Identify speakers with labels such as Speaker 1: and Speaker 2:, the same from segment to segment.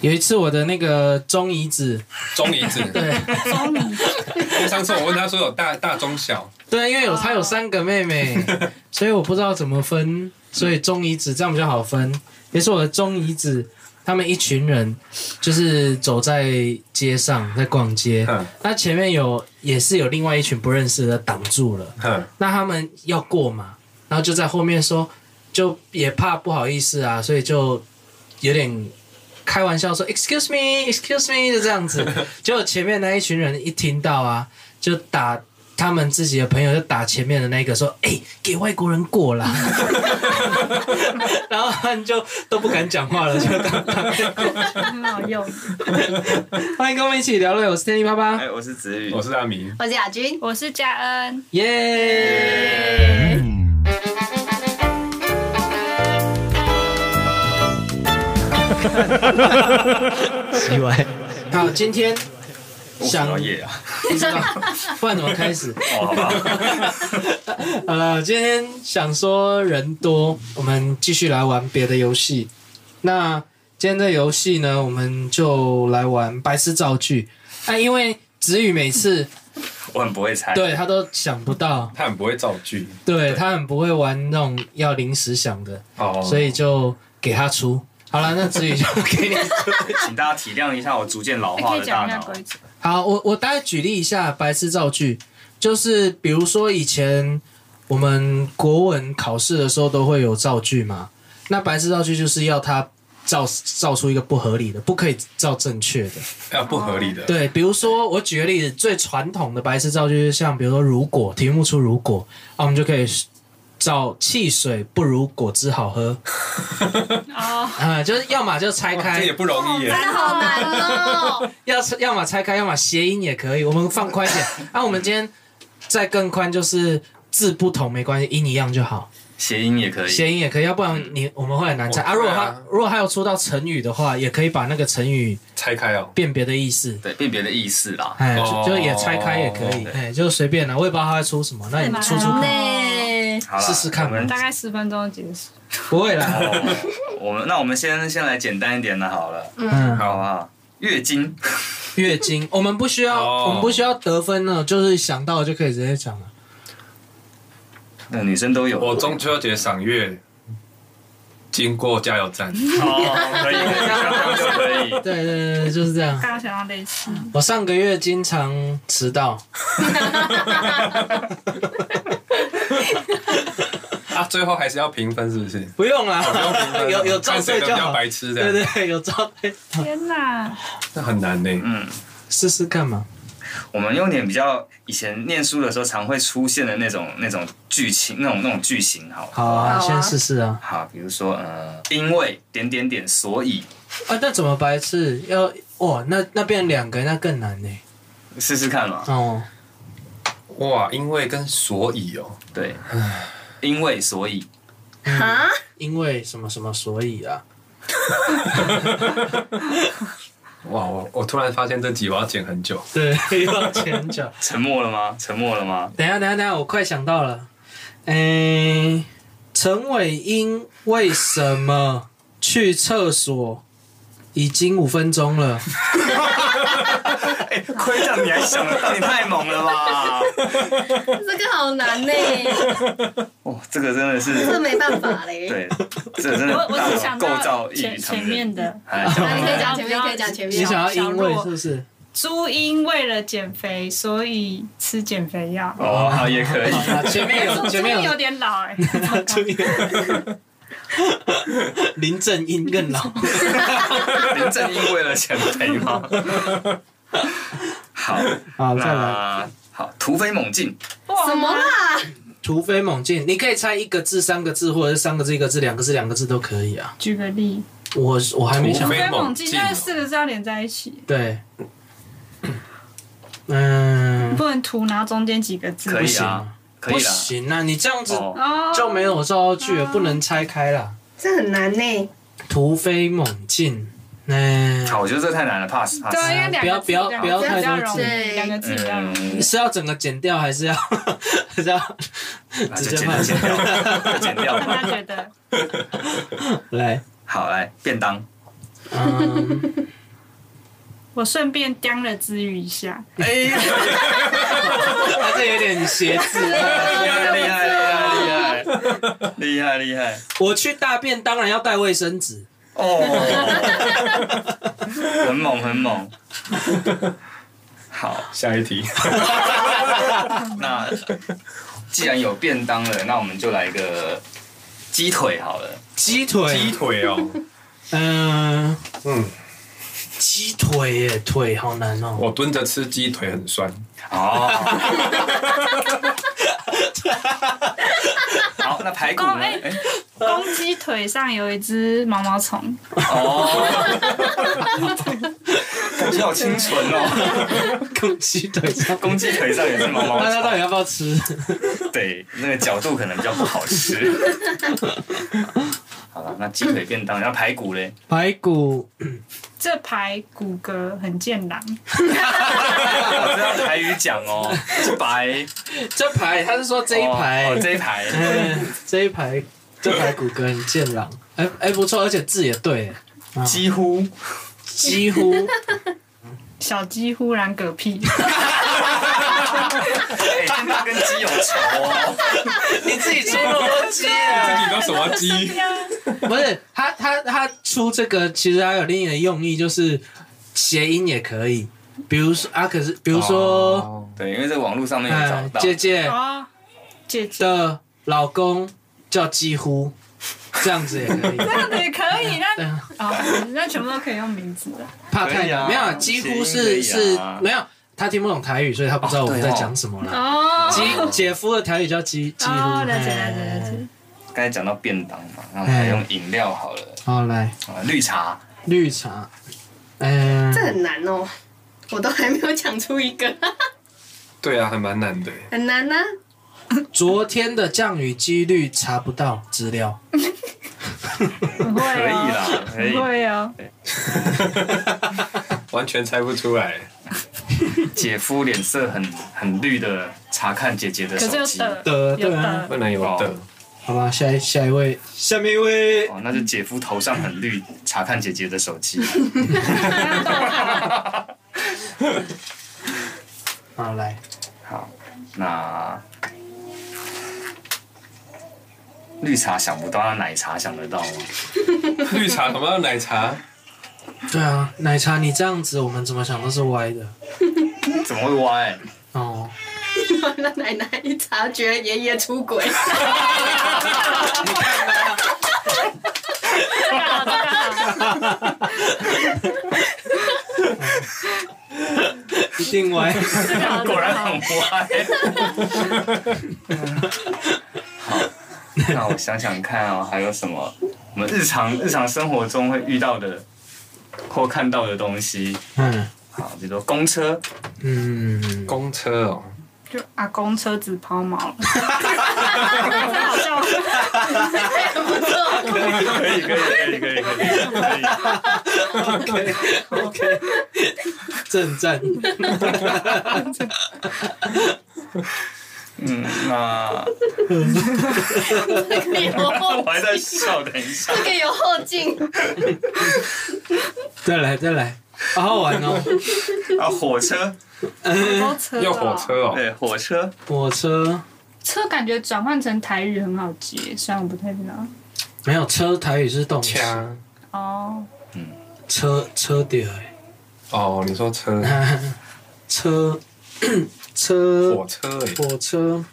Speaker 1: 有一次我的那个中椅子，
Speaker 2: 中椅子，
Speaker 1: 对
Speaker 3: 中椅子
Speaker 2: 因为上次我问他说有大大中小，
Speaker 1: 对，因为有她有三个妹妹，所以我不知道怎么分，所以中椅子这样比较好分。也是我的中椅子，他们一群人就是走在街上在逛街，
Speaker 2: 哼
Speaker 1: 那前面有也是有另外一群不认识的挡住了。
Speaker 2: 哼，
Speaker 1: 那他们要过嘛，然后就在后面说，就也怕不好意思啊，所以就有点开玩笑说 “excuse me，excuse me” 就这样子。结果前面那一群人一听到啊，就打他们自己的朋友，就打前面的那个说：“哎、给外国人过啦！” 然后他们就都不敢讲话了，就当旁边过
Speaker 3: 很好用。
Speaker 1: 欢迎跟我们一起聊了，我是天地爸爸，
Speaker 4: 哎，我是子宇，
Speaker 2: 我是大明，
Speaker 5: 我是亚军，
Speaker 3: 我是嘉恩，
Speaker 1: 耶、
Speaker 6: 奇怪，
Speaker 1: 好，今天
Speaker 4: 我是老叶 啊。
Speaker 1: 不知道，不然怎么开始？
Speaker 4: 哦，好吧，
Speaker 1: 好了，今天想说人多，我们继续来玩别的游戏。那今天这游戏呢，我们就来玩白痴造句。那因为子宇每次
Speaker 4: 我很不会猜。
Speaker 1: 对他都想不到，
Speaker 2: 他很不会造句
Speaker 1: 对他很不会玩那种要临时想的，
Speaker 2: 哦，
Speaker 1: 所以就给他出。好了，那子宇就给你出。
Speaker 4: 请大家体谅一下我逐渐老化
Speaker 3: 哎可以
Speaker 4: 的大
Speaker 3: 讲一下
Speaker 4: 脑
Speaker 3: 规。则。
Speaker 1: 好，我我大概举例一下白痴造句，就是比如说以前我们国文考试的时候都会有造句嘛，那白痴造句就是要它造造出一个不合理的，不可以造正确的。
Speaker 2: 要不合理的，
Speaker 1: 对，比如说我举个例子，最传统的白痴造句就是像比如说如果题目出如果啊，我们就可以造汽水不如果汁好喝
Speaker 3: 哦，
Speaker 1: 啊、就是要么就拆
Speaker 2: 哇，这也
Speaker 1: 开，
Speaker 2: 不容易耶
Speaker 5: 真，的好难哦。
Speaker 1: 要要么拆开，要么谐音也可以。我们放宽一点，那、我们今天再更宽，就是字不同没关系，音一样就好，
Speaker 4: 谐音也可以，
Speaker 1: 谐音也可以，要不然你我们会很难猜
Speaker 2: 哦
Speaker 1: 啊。如果
Speaker 2: 对
Speaker 1: 他、
Speaker 2: 啊
Speaker 1: 如果他有出到成语的话，也可以把那个成语
Speaker 2: 拆开哦，
Speaker 1: 辨别的意思，
Speaker 4: 对辨别的意思啦。
Speaker 1: 哎，
Speaker 2: 哦
Speaker 1: 就就也拆开也可以，
Speaker 4: 对
Speaker 1: 哎，就随便了，我也不知道他会出什么，那你出出看
Speaker 3: 对嘛。嗯
Speaker 5: 呢，
Speaker 4: 好啦
Speaker 1: 试试看
Speaker 4: 我们
Speaker 3: 大概十分钟结束。
Speaker 1: 不会啦，
Speaker 4: 哦 我们那我们先先来简单一点的好了，
Speaker 1: 嗯，
Speaker 4: 好不好？月经，
Speaker 1: 月经我们不需要，
Speaker 2: 哦
Speaker 1: 我们不需要得分了，就是想到就可以直接讲了。
Speaker 4: 那女生都有。
Speaker 2: 我中秋节赏月，经过加油 站，
Speaker 4: 哦，可以，刚刚就可以。
Speaker 1: 对对对对，就是这样。
Speaker 3: 刚刚想到类似，
Speaker 1: 我上个月经常迟到，
Speaker 2: 啊，最后还是要评分是不是？
Speaker 1: 不用
Speaker 2: 不用
Speaker 1: 啦，
Speaker 2: 评 分
Speaker 1: 有有照
Speaker 2: 看
Speaker 1: 对
Speaker 2: 谁都比
Speaker 1: 就
Speaker 2: 较
Speaker 1: 好。
Speaker 2: 白痴
Speaker 1: 对
Speaker 2: 的，
Speaker 1: 对，有照对，
Speaker 3: 天哪！
Speaker 2: 那很难呢。
Speaker 4: 嗯，
Speaker 1: 试试看嘛。
Speaker 4: 我们用点比较以前念书的时候常会出现的那种那种剧情，那种那种句型，好了。
Speaker 1: 好啊，
Speaker 5: 好啊
Speaker 1: 先试试啊。
Speaker 4: 好，比如说呃，因为点点点，所以
Speaker 1: 啊，那怎么白痴？要哇，那那变两个，那更难呢。
Speaker 4: 试试看嘛。
Speaker 1: 哦，
Speaker 2: 哇，因为跟所以哦，
Speaker 4: 对，因为所以
Speaker 5: 啊，
Speaker 1: 因为什么什么所以啊？
Speaker 2: 哇，我我突然发现这集我要剪很久，
Speaker 1: 对， 要前脚。
Speaker 4: 沉默了吗？沉默了吗？
Speaker 1: 等一下，等一下，等一下，我快想到了。诶、陈伟英为什么去厕所已经五分钟了？
Speaker 4: 哎、亏让你还想得到，你太猛了吧！
Speaker 5: 这个好难呢，
Speaker 4: 哦，这个真的
Speaker 5: 这
Speaker 4: 是，
Speaker 5: 没办法嘞。
Speaker 4: 对，这个真
Speaker 3: 我
Speaker 4: 的
Speaker 3: 我只想
Speaker 4: 大脑构
Speaker 3: 到
Speaker 4: 造异于
Speaker 3: 前
Speaker 4: 常
Speaker 3: 前
Speaker 4: 人
Speaker 3: 面。的，
Speaker 4: 哎，
Speaker 5: 那啊你可以
Speaker 4: 讲
Speaker 5: 讲前面，可以讲前
Speaker 1: 你
Speaker 5: 面。
Speaker 1: 想要
Speaker 3: 小
Speaker 1: 因为
Speaker 3: 弱
Speaker 1: 是不是？
Speaker 3: 猪因为了减肥，所以吃减肥药。
Speaker 4: 哦，好也可以。
Speaker 1: 好啦前面 有，
Speaker 3: 猪
Speaker 1: 前面
Speaker 3: 猪有
Speaker 1: 有，
Speaker 3: 点老 哎，
Speaker 1: 前面有 林正英更老。
Speaker 4: 林正英为了减肥吗？好，
Speaker 1: 好，再来，
Speaker 4: 那好，突飞猛进，
Speaker 5: 什么
Speaker 3: 哇？
Speaker 5: 啦？
Speaker 1: 突飞猛进，你可以猜一个字、三个字，或者是三个字、一个字、两个字、两个字都可以啊。
Speaker 3: 举个例，
Speaker 1: 我我还没
Speaker 2: 突
Speaker 1: 想
Speaker 2: 飞
Speaker 3: 飞
Speaker 2: 猛
Speaker 3: 猛
Speaker 2: 进
Speaker 3: 进，
Speaker 2: 哦
Speaker 3: 那四个字要连在一起，
Speaker 1: 对，嗯，
Speaker 3: 不能图拿中间几个字。
Speaker 4: 可
Speaker 1: 不
Speaker 4: 以
Speaker 1: 行
Speaker 4: 啊
Speaker 1: 啊，
Speaker 4: 可以
Speaker 1: 不
Speaker 4: 啦。
Speaker 1: 行啊，你这样子
Speaker 4: 哦，
Speaker 3: 哦，
Speaker 1: 就没有造句了，不能拆开啦。
Speaker 5: 这很难呢。
Speaker 1: 突飞猛进，哎、
Speaker 4: 好，我觉得这太难了，pass pass。
Speaker 3: 对，因为两个字
Speaker 1: 不要不要
Speaker 3: 比较
Speaker 1: 不要
Speaker 3: 比较
Speaker 1: 太多
Speaker 3: 容
Speaker 1: 字
Speaker 3: 易，两个字比较容易。
Speaker 4: 嗯，
Speaker 1: 是要整个剪掉，还是要还是要
Speaker 4: 那
Speaker 1: 直接
Speaker 4: 就剪
Speaker 1: 放
Speaker 4: 掉，剪
Speaker 1: 嗯
Speaker 4: 掉，就剪 掉
Speaker 3: 大家
Speaker 4: 吧。
Speaker 3: 觉得
Speaker 1: 来？
Speaker 4: 好，来便当，
Speaker 1: 嗯，
Speaker 3: 我顺便刁了之语一下，
Speaker 4: 哎， 厉害
Speaker 1: 他这有点邪字。
Speaker 4: 厉害厉害厉害厉害
Speaker 1: 我去大便当然要带卫生纸。
Speaker 4: 哦，很猛很猛。好，
Speaker 2: 下一题，
Speaker 4: 那既然有便当了，那我们就来个鸡腿好了。
Speaker 1: 鸡腿，
Speaker 2: 鸡腿哦，
Speaker 1: 嗯，
Speaker 2: 嗯，
Speaker 1: 鸡腿耶，腿好难哦。
Speaker 2: 我蹲着吃鸡腿很酸，
Speaker 4: 哦，好，那排骨呢？
Speaker 3: 哎
Speaker 4: 哎，
Speaker 1: 嗯
Speaker 3: 公鸡腿上有一只毛毛虫，
Speaker 4: 哦，感 觉好清纯哦。
Speaker 1: 公鸡腿上，
Speaker 4: 公鸡腿上也是毛毛
Speaker 1: 那他到底
Speaker 4: 虫，
Speaker 1: 要不要吃？
Speaker 4: 对，那个角度可能比较不好吃。 好了，那鸡腿便当，然后排骨嘞？
Speaker 1: 排骨，
Speaker 3: 这排骨骼很健朗，
Speaker 4: 我知道台语讲哦，是白
Speaker 1: 这排他是说这一排，
Speaker 4: 哦哦这一排
Speaker 1: 嗯，这一排，这排骨骼很健朗，哎哎不错，而且字也对耶，啊
Speaker 4: 几乎
Speaker 1: 几 乎
Speaker 3: 小鸡忽然嗝 屁，
Speaker 4: 哎，真的跟鸡有仇哦。
Speaker 1: 你自己出逻辑
Speaker 2: 自
Speaker 1: 啊，
Speaker 2: 己都什么鸡？
Speaker 1: 不是他他他出这个其实还有另一个用意，就是谐音也可以，比如说啊，可是比
Speaker 2: 比
Speaker 1: 如说，
Speaker 4: 对，因为在网络上面哦有找
Speaker 1: 嗯，
Speaker 4: 到，
Speaker 1: 姐姐
Speaker 3: 哦，姐姐
Speaker 1: 的老公叫几乎，这样子也可以。
Speaker 3: 这样子也可以，
Speaker 1: 对
Speaker 3: 那
Speaker 1: 啊，
Speaker 3: 哦，那全部都可以用名字了。
Speaker 1: 怕太
Speaker 4: 可以啊
Speaker 1: 难，没有啊，几乎是
Speaker 4: 谐音
Speaker 1: 是
Speaker 4: 可以啊哦
Speaker 1: 没有，他听不懂台语，所以他不知道我们在讲什么啦。
Speaker 3: 哦，
Speaker 1: 姐姐夫的台语叫几几乎。
Speaker 3: 哦，了解了解了
Speaker 1: 哎
Speaker 3: 解。
Speaker 4: 刚才讲到便当嘛，那我们来用饮料好了，
Speaker 1: 好，来
Speaker 4: 啊，绿茶。
Speaker 1: 绿茶，嗯
Speaker 5: 这，很难哦，我都还没有讲出一个，
Speaker 2: 对啊，还蛮难的耶。
Speaker 5: 很难啊呐、
Speaker 1: 昨天的降雨几率查不到资 料。
Speaker 3: 不会
Speaker 4: 可以
Speaker 3: 哦
Speaker 4: 啦，可以
Speaker 3: 不。会哦，
Speaker 2: 完全猜不出来。
Speaker 4: 姐夫脸色很很绿的查看姐姐的
Speaker 3: 可是
Speaker 4: 手
Speaker 3: 有
Speaker 4: 机，
Speaker 3: 的
Speaker 1: 的
Speaker 3: 有
Speaker 1: 对啊
Speaker 2: 不
Speaker 3: 的，
Speaker 2: 能有的
Speaker 4: 哦，
Speaker 1: 好吧，下一下一位，下面一位，
Speaker 4: 哦，那就姐夫头上很绿，查看姐姐的手机。
Speaker 1: 啊好来，
Speaker 4: 好，那绿茶想不到，那奶茶想得到吗？
Speaker 2: 绿茶什么奶茶？
Speaker 1: 对啊，奶茶你这样子，我们怎么想都是歪的
Speaker 4: 怎么会歪？
Speaker 1: 哦。
Speaker 5: 啊， 那奶奶一察觉爷爷出轨，
Speaker 3: 这个好，这个好，
Speaker 1: 一定歪。
Speaker 3: 这个好，这
Speaker 4: 果
Speaker 3: 个
Speaker 4: 然
Speaker 3: 好
Speaker 4: 很。歪。 好，那我想想看啊、还有什么我们日常日常生活中会遇到的或看到的东西？
Speaker 1: 嗯
Speaker 4: 好，比如说公车，
Speaker 1: 嗯，
Speaker 2: 公车哦，
Speaker 3: 就阿公车子抛锚了，太好笑了。
Speaker 4: 可以可以可以可以可以可以可以。
Speaker 1: OK OK，正赞。
Speaker 4: 嗯，那
Speaker 5: 这个有后
Speaker 4: 我，还在笑，等一下。
Speaker 5: 这个有后劲，
Speaker 1: 再来再来，好好玩哦。
Speaker 4: 啊，火车，
Speaker 3: 火车
Speaker 2: 要火
Speaker 3: 哦，
Speaker 2: 车哦，
Speaker 4: 对，火车，
Speaker 1: 火车
Speaker 3: 车感觉转换成台语很好接，虽然我不太知道。
Speaker 1: 没有车，台语是动词。
Speaker 2: 枪
Speaker 3: 哦，
Speaker 1: 车车点欸、
Speaker 2: 哦，你说车，
Speaker 1: 车 车
Speaker 2: 火车 哎，
Speaker 1: 火车，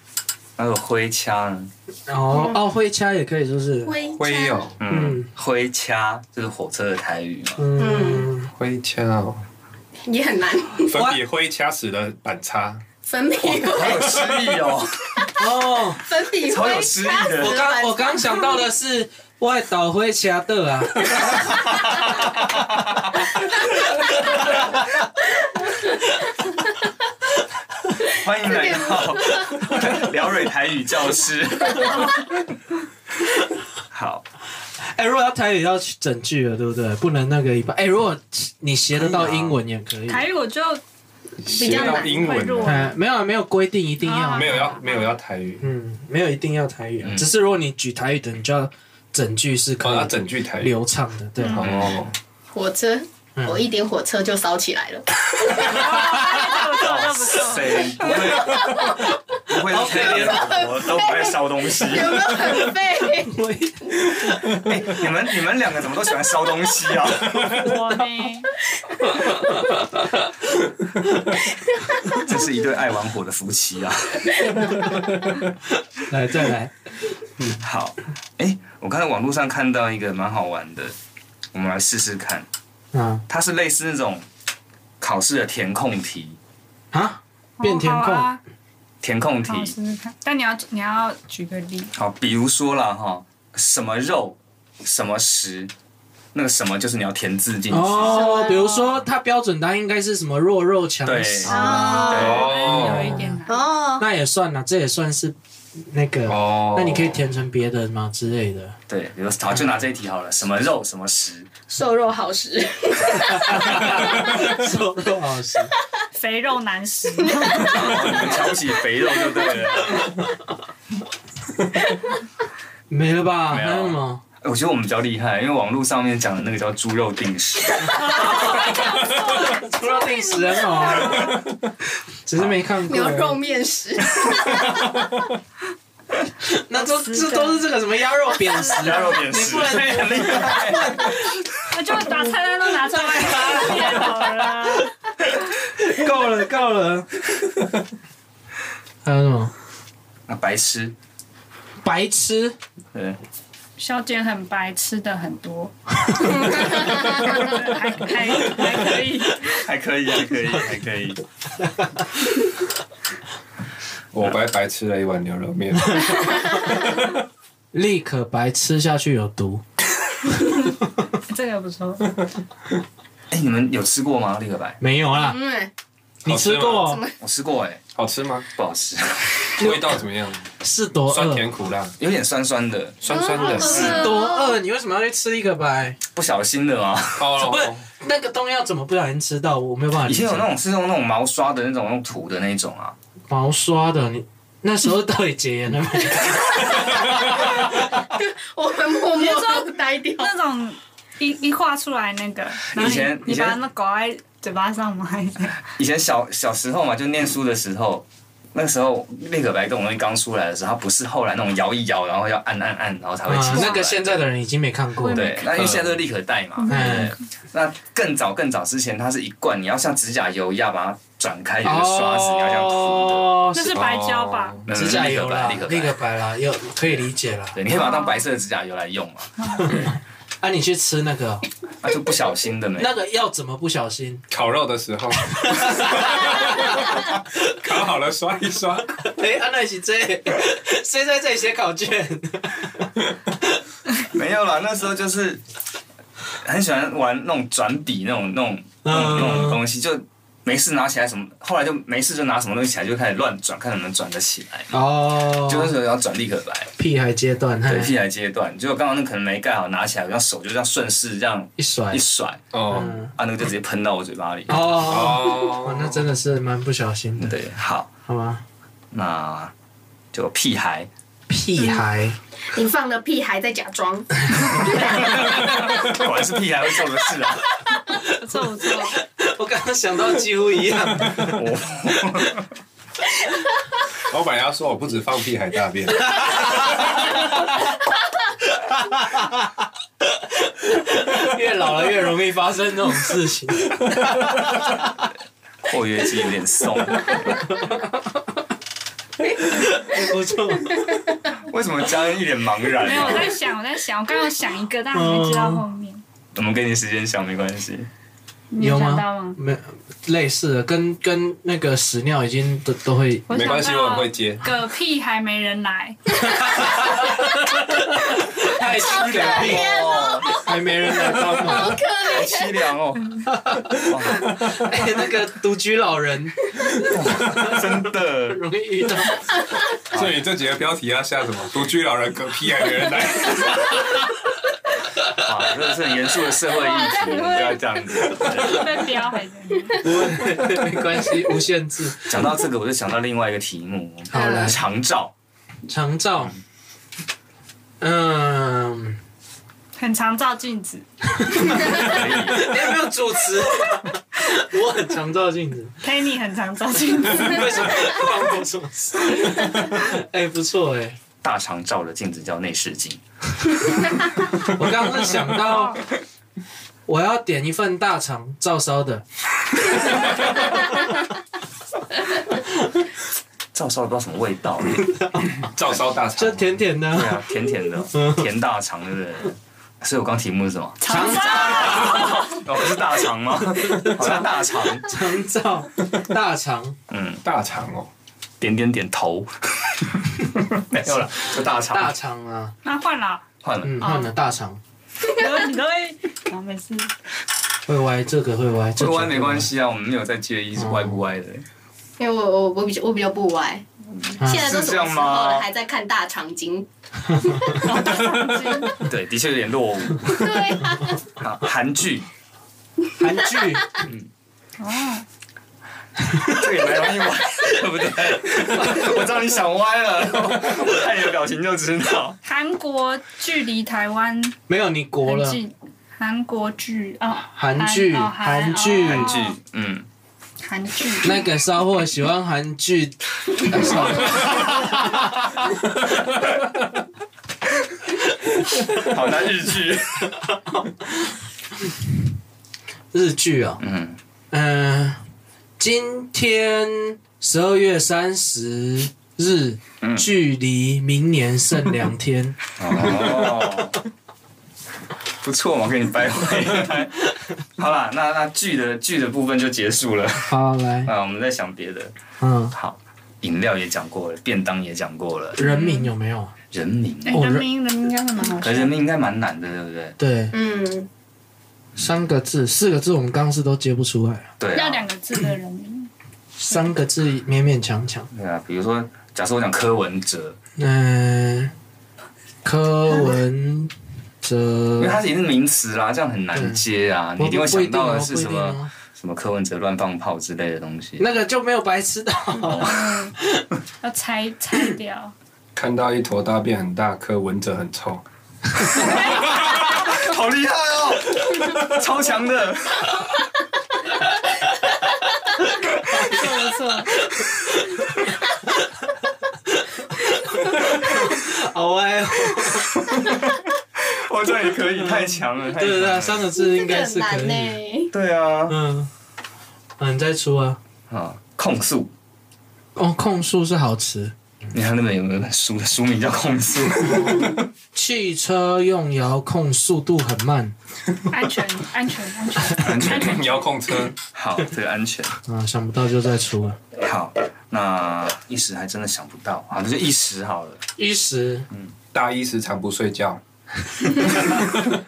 Speaker 4: 还有灰掐呢，
Speaker 1: 然后
Speaker 5: 嗯
Speaker 1: 奥会掐也可以，是不是？
Speaker 2: 灰哦，
Speaker 4: 嗯
Speaker 1: 嗯，
Speaker 4: 灰掐就是火车的台语嘛。
Speaker 1: 嗯，
Speaker 2: 灰掐哦，
Speaker 5: 也很难
Speaker 2: 粉笔灰掐死的板擦，
Speaker 5: 粉笔
Speaker 4: 好有诗意 哦，
Speaker 1: 哦，
Speaker 5: 粉笔
Speaker 4: 好
Speaker 5: 灰
Speaker 4: 有诗意
Speaker 1: 我
Speaker 4: 的。
Speaker 1: 刚我刚想到的是外岛会掐的啊，
Speaker 4: 欢迎来到聊蕊台语教室。好，
Speaker 1: 哎、如果要台语要去整句了，对不对？不能那个一半。哎、如果你学得到英文也可以。
Speaker 3: 台语我就
Speaker 2: 学到英
Speaker 3: 比较难会
Speaker 2: 文
Speaker 3: 弱
Speaker 2: 了
Speaker 1: 哎，没有啊没有规定一定要，
Speaker 3: 啊
Speaker 2: 没有要没有要台语，
Speaker 1: 嗯，没有一定要台语啊，
Speaker 4: 嗯
Speaker 1: 只是如果你举台语的，你就要整句是可
Speaker 2: 哦，要
Speaker 1: 以
Speaker 2: 整句台语
Speaker 1: 流畅的，对。
Speaker 3: 嗯
Speaker 1: 好
Speaker 4: 哦，
Speaker 5: 火车，我一点火车就烧起来了。
Speaker 3: 这
Speaker 4: 哇
Speaker 3: 不错，
Speaker 4: 塞，不会不会是黑脸我都不会烧东 西。
Speaker 5: 有没有很废？
Speaker 4: 哎，你们你们两个怎么都喜欢烧东西啊？
Speaker 3: 我呢？
Speaker 4: 真是一对爱玩火的夫妻啊！
Speaker 1: 来再来，
Speaker 4: 好，哎，我刚才网络上看到一个蛮好玩的，我们来试试看。
Speaker 1: 嗯
Speaker 4: 它是类似那种考试的填空题，
Speaker 1: 啊，变填
Speaker 3: 哦好
Speaker 1: 空，
Speaker 3: 啊，
Speaker 4: 填空题
Speaker 3: 好，我试试看。但你要你要举个例，
Speaker 4: 好，比如说啦哈，什么肉，什么食，那个什么就是你要填字进去。
Speaker 3: 啊
Speaker 1: 哦，比如说它标准答案应该是什么弱肉强
Speaker 4: 对
Speaker 1: 食，
Speaker 5: 哦
Speaker 3: 有
Speaker 2: 哦
Speaker 3: 一点难。
Speaker 5: 哦，
Speaker 1: 那也算啊了，这也算是那个。
Speaker 2: 哦，
Speaker 1: 那你可以填成别的吗之类 的？
Speaker 4: 对，比如说好，就拿这一题好了，什么肉，什么 食，
Speaker 5: 瘦肉好食，
Speaker 1: 瘦肉好食，
Speaker 3: 肥肉难食，
Speaker 4: 你们瞧不起肥肉就对了。
Speaker 1: 没了吧？
Speaker 4: 没有
Speaker 1: 还有什么？
Speaker 4: 哎我觉得我们比较厉害，因为网络上面讲的那个叫猪肉定 时，
Speaker 1: 除了定食很好啊， 只是没看过。
Speaker 5: 牛肉面食，
Speaker 1: 那都这都是这个什么鸭肉扁食？啊
Speaker 4: 鸭肉点食，很厉害。
Speaker 3: 我就把菜单都拿出来填好了啦。
Speaker 1: 够了够了。还有什么？
Speaker 4: 那白痴，
Speaker 1: 白痴，
Speaker 4: 对，
Speaker 3: 小姐很白，吃的很多，还还还可以。
Speaker 4: 还可以，还可以，还可以。
Speaker 2: 我白白吃了一碗牛肉面，
Speaker 1: 立可白吃下去有毒。
Speaker 3: 这个不错，
Speaker 4: 哎，你们有吃过吗？立可白，
Speaker 1: 没有啦，
Speaker 5: 嗯，
Speaker 1: 你吃
Speaker 2: 好
Speaker 1: 过
Speaker 2: 吃
Speaker 4: 我吃过，哎，
Speaker 2: 好吃吗？
Speaker 4: 不好吃，
Speaker 2: 味道怎么样？
Speaker 1: 是多
Speaker 2: 酸
Speaker 1: 饿？
Speaker 2: 甜苦辣，
Speaker 4: 有点酸酸的，
Speaker 2: 酸酸的。
Speaker 3: 啊
Speaker 1: 是多饿？你为什么要去吃立可白？
Speaker 4: 不小心的啊。
Speaker 2: 哦，
Speaker 1: 不是那个东西要怎么不小心吃到？我没有办法
Speaker 4: 以
Speaker 1: 理解。
Speaker 4: 前有那种是用那种毛刷的那种用涂的那种啊，
Speaker 1: 毛刷的，你那时候到底解严 了没？
Speaker 5: 我们默默地呆掉。
Speaker 3: 那种一一画出来那个，然后
Speaker 4: 以前
Speaker 3: 你
Speaker 4: 以
Speaker 3: 你
Speaker 4: 前
Speaker 3: 把那狗在嘴巴上吗？还是怎样
Speaker 4: 以前小小时候嘛，就念书的时候，那时候立可白这种东西刚出来的时候，它不是后来那种摇一摇，然后要按按按，然后才会
Speaker 1: 啊
Speaker 4: 起，
Speaker 1: 那个现在的人已经没看过了。
Speaker 4: 对，那因为现在都是立可带
Speaker 1: 嗯
Speaker 4: 嘛，对不对？那更早更早之前，它是一罐，你要像指甲油一样把它转开，有个刷子，你要这样涂
Speaker 1: 哦，
Speaker 3: 那是白胶吧？
Speaker 4: 的。
Speaker 1: 指甲油啦
Speaker 4: 立可，白，立
Speaker 1: 立
Speaker 4: 可
Speaker 1: 个
Speaker 4: 白。
Speaker 1: 白啦，又可以理解啦。
Speaker 4: 对，你可以把它当白色的指甲油来用嘛，
Speaker 1: 啊，你去吃那个，
Speaker 4: 那就不小心的没。
Speaker 1: 那个要怎么不小心？
Speaker 2: 烤肉的时候，烤好了刷一刷，
Speaker 1: 哎，安娜喜 J，谁在这里写考卷？
Speaker 4: 没有啦，那时候就是很喜欢玩那种转笔那种那种那种
Speaker 1: 嗯
Speaker 4: 那种东西，就没事拿起来什么，后来就没事就拿什么东西起来就开始乱转，看能不能转得起来。
Speaker 1: 哦，
Speaker 4: 就那时候要转立可白，
Speaker 1: 屁孩阶段，
Speaker 4: 对，
Speaker 1: 嘿
Speaker 4: 屁来阶段，结果刚好那可能没盖好，拿起来，然后手就这样顺势这样
Speaker 1: 一甩
Speaker 4: 一，甩，
Speaker 2: 哦
Speaker 1: 嗯，
Speaker 4: 啊，那个就直接喷到我嘴巴里。
Speaker 1: 哦，
Speaker 2: 哦
Speaker 1: 哇，那真的是蛮不小心的，
Speaker 4: 对，好，
Speaker 1: 好吗？
Speaker 4: 那就屁孩，
Speaker 1: 屁孩，
Speaker 5: 你放了屁还在假装，
Speaker 4: 果然是屁孩会做的事啊。
Speaker 3: 不错不错，
Speaker 1: 我刚刚想到几乎一样。
Speaker 2: 老板要说我不止放屁还 大便，
Speaker 1: 越老了越容易发生这种事情。
Speaker 4: 括约肌有点松，
Speaker 1: 不错，
Speaker 4: 为什么家人一脸茫然？啊
Speaker 3: 没有我在想，我在想，我刚刚有想一个，但
Speaker 1: 嗯
Speaker 3: 我没知道后面。
Speaker 4: 我们给你时间想没关系。
Speaker 3: 你
Speaker 1: 有
Speaker 3: 想
Speaker 1: 吗
Speaker 3: 到吗？
Speaker 1: 没类似的，跟跟那个屎尿已经都都会
Speaker 3: 我
Speaker 2: 没
Speaker 3: 想
Speaker 2: 关系，我很
Speaker 3: 到
Speaker 2: 会接。
Speaker 3: 嗝屁还没人来，
Speaker 1: 太凄
Speaker 2: 哎
Speaker 1: 凉了，
Speaker 4: 哦，
Speaker 1: 还没人来帮忙。
Speaker 4: 好凄凉哦，
Speaker 1: 哎，那个独居老人
Speaker 4: 真的。
Speaker 1: 容易遇到，
Speaker 2: 所以这几个标题要下什么？独居老人嗝屁还没人来，
Speaker 4: 哇，啊这是很严肃的社会议
Speaker 3: 哇这样
Speaker 4: 题，
Speaker 3: 你
Speaker 4: 你
Speaker 3: 会
Speaker 4: 不要这样子。
Speaker 3: 被标还是怎样？
Speaker 1: 没关系，无限制。
Speaker 4: 讲到这个，我就想到另外一个题目，
Speaker 1: 好来
Speaker 4: 长照。
Speaker 1: 长照，嗯，
Speaker 3: 很常照镜子，
Speaker 4: 可以，
Speaker 6: 你
Speaker 1: 哎
Speaker 6: 有没有主持？
Speaker 1: 我很常照镜子，
Speaker 3: Penny 很常照镜子，
Speaker 1: 为什么关我什么事？哎、不错哎、
Speaker 4: 大肠照的镜子叫内视镜，
Speaker 1: 我刚刚想
Speaker 3: 哦
Speaker 1: 到我要点一份大肠照烧的，
Speaker 4: 照烧不知道什么味 道，
Speaker 2: 照烧大肠
Speaker 1: 就，甜甜的
Speaker 4: 对啊，甜甜的，甜大肠，对不对？所以我刚题目是什么？
Speaker 1: 肠照
Speaker 3: 啊
Speaker 4: 哦，不是大肠吗？ 好像大肠，
Speaker 1: 肠照大肠
Speaker 4: 嗯，
Speaker 2: 大肠哦，
Speaker 4: 点点点头， 没有了，就大肠，
Speaker 1: 大肠啊，
Speaker 3: 那换了，
Speaker 4: 换了，
Speaker 1: 嗯，换了大肠
Speaker 3: 你都你都会，哦然后每次
Speaker 1: 会歪，这个会歪，这
Speaker 4: 这
Speaker 1: 个
Speaker 4: 个歪没关，系啊，我们没有在介意是歪不歪的，
Speaker 5: 因为我我我比较我比较不歪，现在都
Speaker 4: 是
Speaker 5: 什
Speaker 4: 这
Speaker 5: 么
Speaker 4: 样
Speaker 5: 时候
Speaker 4: 吗
Speaker 5: 了，还在看大长今？
Speaker 4: 对，的确有点落伍。
Speaker 5: 对啊，
Speaker 4: 好韩剧，
Speaker 1: 韩剧
Speaker 4: 嗯
Speaker 1: 嗯
Speaker 3: 哦，
Speaker 4: 这个也蛮容易歪，对不 对？我知道你想歪了，我看你的表情就知道。
Speaker 3: 韩国距离台湾
Speaker 1: 没有你国
Speaker 3: 很
Speaker 1: 了，
Speaker 3: 近，韩国剧哦，
Speaker 1: 韩剧
Speaker 3: 哦
Speaker 1: 韩剧
Speaker 3: 哦
Speaker 4: 韩剧，嗯，
Speaker 3: 韩剧，
Speaker 1: 那个骚货喜欢韩剧，
Speaker 4: 好，那日剧，
Speaker 1: 日剧啊、
Speaker 4: 嗯，
Speaker 1: 嗯、今天十二月三十日，
Speaker 4: 嗯
Speaker 1: 距离明年剩两 天，
Speaker 4: 哦，不错嘛，给你掰回。好啦，那那剧的剧的部分就结束了。
Speaker 1: 好来，
Speaker 4: 啊，我们在想别的。
Speaker 1: 嗯，
Speaker 4: 好，饮料也讲过了，便当也讲过了，
Speaker 1: 人民有没有？
Speaker 4: 人名，
Speaker 3: 哎
Speaker 1: 哦
Speaker 3: 人民人民应该会蛮好
Speaker 4: 可
Speaker 3: 笑
Speaker 4: 是人名应该蛮难的，对不对？
Speaker 1: 对，
Speaker 5: 嗯，
Speaker 1: 三个字、四个字，我们刚是都接不出来，
Speaker 4: 对
Speaker 3: 要
Speaker 4: 啊，
Speaker 3: 两个字的人名，
Speaker 1: 三个字勉勉强强。
Speaker 4: 对啊，比如说，假设我讲柯文哲，
Speaker 1: 嗯、柯文
Speaker 4: 因为它
Speaker 1: 哲，
Speaker 4: 是一定名词啦，这样很难接啊，你一定会想到的是什
Speaker 1: 不一定哦不一定
Speaker 4: 么
Speaker 1: 哦
Speaker 4: 什么柯文哲乱放炮之类的东西。
Speaker 1: 那个就没有白痴到，
Speaker 3: 要拆拆掉，
Speaker 2: 看到一坨大便很大颗，闻着很 臭，
Speaker 4: 好厉害哦， 超强的，
Speaker 3: 不错不错，
Speaker 1: 好歪哦。
Speaker 4: 我这样也可以，太强 了，太
Speaker 1: 对对对，
Speaker 4: 强
Speaker 1: 三
Speaker 4: 了。
Speaker 1: 个字
Speaker 5: 这
Speaker 1: 应
Speaker 5: 个
Speaker 1: 该
Speaker 5: 很
Speaker 1: 是可
Speaker 5: 难
Speaker 1: 以的。
Speaker 5: 呢。
Speaker 4: 对啊，
Speaker 1: 嗯，嗯，你再出啊。
Speaker 4: 啊，控诉，
Speaker 1: 哦，控诉是好词。
Speaker 4: 你看那本有没有本书，书名叫《控 诉》，
Speaker 1: 汽车用遥控速度很慢。
Speaker 3: 安全安全安全，
Speaker 4: 安全
Speaker 2: 遥控车，
Speaker 4: 好，这个安全。
Speaker 1: 啊，想不到就再出啊。
Speaker 4: 好，那一时还真的想不到啊，那就一时好了。
Speaker 1: 一时，
Speaker 2: 大一时常不睡觉，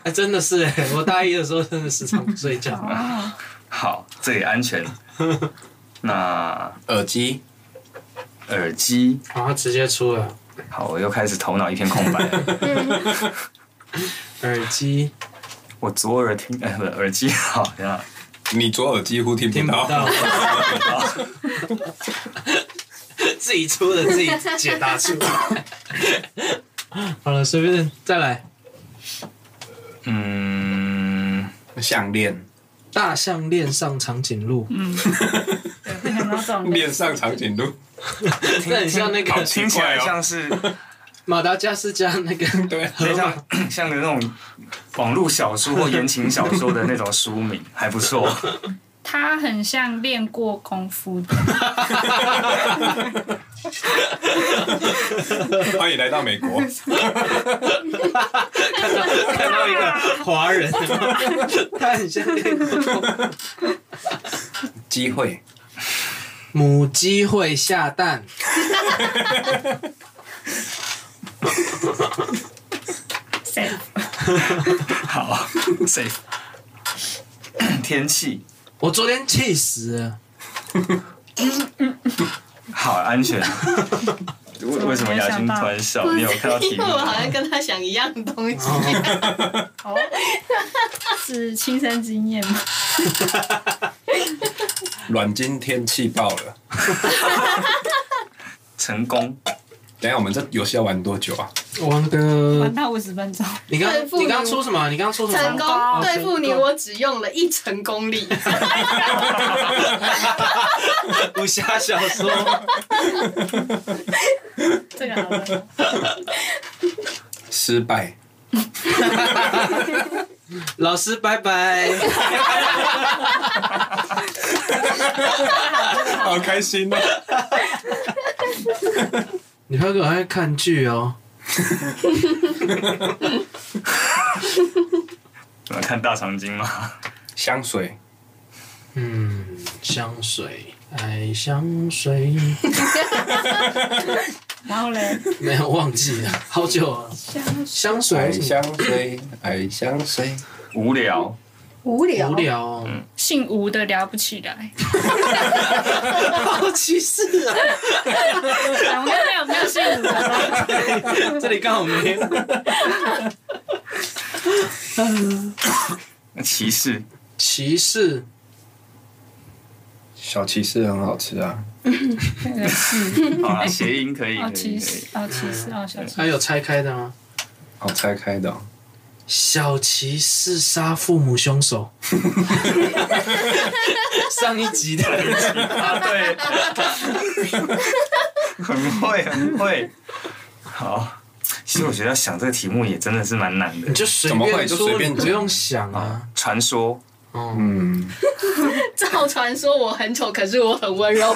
Speaker 1: 哎，真的是哎，我大一的时候真的时常不睡 觉。
Speaker 3: 哦，
Speaker 4: 好，这也安 全。那
Speaker 2: 耳机
Speaker 4: 耳机，
Speaker 1: 然后直接出了
Speaker 4: 好，我又开始头脑一片空白 了。
Speaker 1: 耳机，
Speaker 4: 我左耳听，哎，不，耳机好，等一下
Speaker 2: 你左耳几乎听
Speaker 1: 听
Speaker 2: 不
Speaker 1: 不
Speaker 2: 到，
Speaker 1: 到，自己出的自己解答出来。 好了，随便再来。
Speaker 4: 嗯，
Speaker 2: 项链，
Speaker 1: 大象恋上长颈鹿，
Speaker 3: 对，会想到这种
Speaker 2: 面上长颈鹿，
Speaker 1: 这很像那个
Speaker 2: 好
Speaker 4: 听起来
Speaker 2: 奇怪哦
Speaker 4: 像是，
Speaker 1: 马达加斯加那个
Speaker 2: 对，
Speaker 4: 很像像那种网络小说或言情小说的那种书名，还不错。
Speaker 3: 他很像练过功夫的，
Speaker 2: 欢迎来到美国，
Speaker 1: 看到一个华人，他很像那个
Speaker 2: 机会，
Speaker 1: 母鸡会下蛋，
Speaker 3: 谁？
Speaker 4: 好，safe。天气
Speaker 1: 我昨天气死了，
Speaker 4: 好安全。为为什么雅欣突然笑？你有看到题
Speaker 5: 因为
Speaker 4: 目
Speaker 5: 我好
Speaker 4: 吗？
Speaker 5: 像跟他想一样东西，
Speaker 3: 哦，是亲身经验吗？
Speaker 2: 软今天气爆了。
Speaker 4: 成功。
Speaker 2: 等一下我们这游戏要玩多久啊？
Speaker 1: 王的
Speaker 3: 玩，到五十分钟，
Speaker 1: 你刚
Speaker 5: 对妇女
Speaker 1: 你刚出什么？你刚出什
Speaker 5: 成
Speaker 1: 么？成
Speaker 5: 功对付你，
Speaker 1: 功
Speaker 5: 我只用了一成功力。
Speaker 1: 武侠小说，
Speaker 3: 这个好了
Speaker 2: 失败，
Speaker 1: 老师拜拜。
Speaker 2: 好开心哦！
Speaker 1: 你不要给我爱看剧哦。
Speaker 4: 有看大长今吗？
Speaker 2: 香水，
Speaker 1: 嗯，香水，爱哎香水，
Speaker 3: 然后嘞，
Speaker 1: 没有忘记了，好久了。香水有什么
Speaker 2: 哎水，爱香水，
Speaker 4: 无聊，
Speaker 5: 无聊
Speaker 1: 无聊哦，
Speaker 3: 姓吴的聊不起来。
Speaker 1: 好歧视啊！
Speaker 3: 我们啊没有没有姓吴的，
Speaker 1: 这里刚好没有。
Speaker 4: 歧视，
Speaker 1: 歧视，
Speaker 2: 小骑士很好吃啊！
Speaker 3: 那个是
Speaker 4: 好啊，谐音可以，
Speaker 3: 哦，
Speaker 4: 可以
Speaker 3: 歧
Speaker 4: 可以
Speaker 3: 视，哦，歧视，哦，小歧
Speaker 1: 还有拆开的吗？
Speaker 2: 好拆开的哦、
Speaker 1: 小骑士杀父母凶手。 上一集的，
Speaker 4: 啊，对， 很会，很会。好，其实我觉得想这个题目也真的是蛮难的
Speaker 1: 你。就随
Speaker 2: 怎么
Speaker 1: 便
Speaker 2: 会就随
Speaker 1: 说，
Speaker 2: 便
Speaker 1: 你不用想啊。
Speaker 4: 传说，
Speaker 1: 嗯，
Speaker 2: 嗯，
Speaker 5: 赵传说我很丑，可是我很温 柔。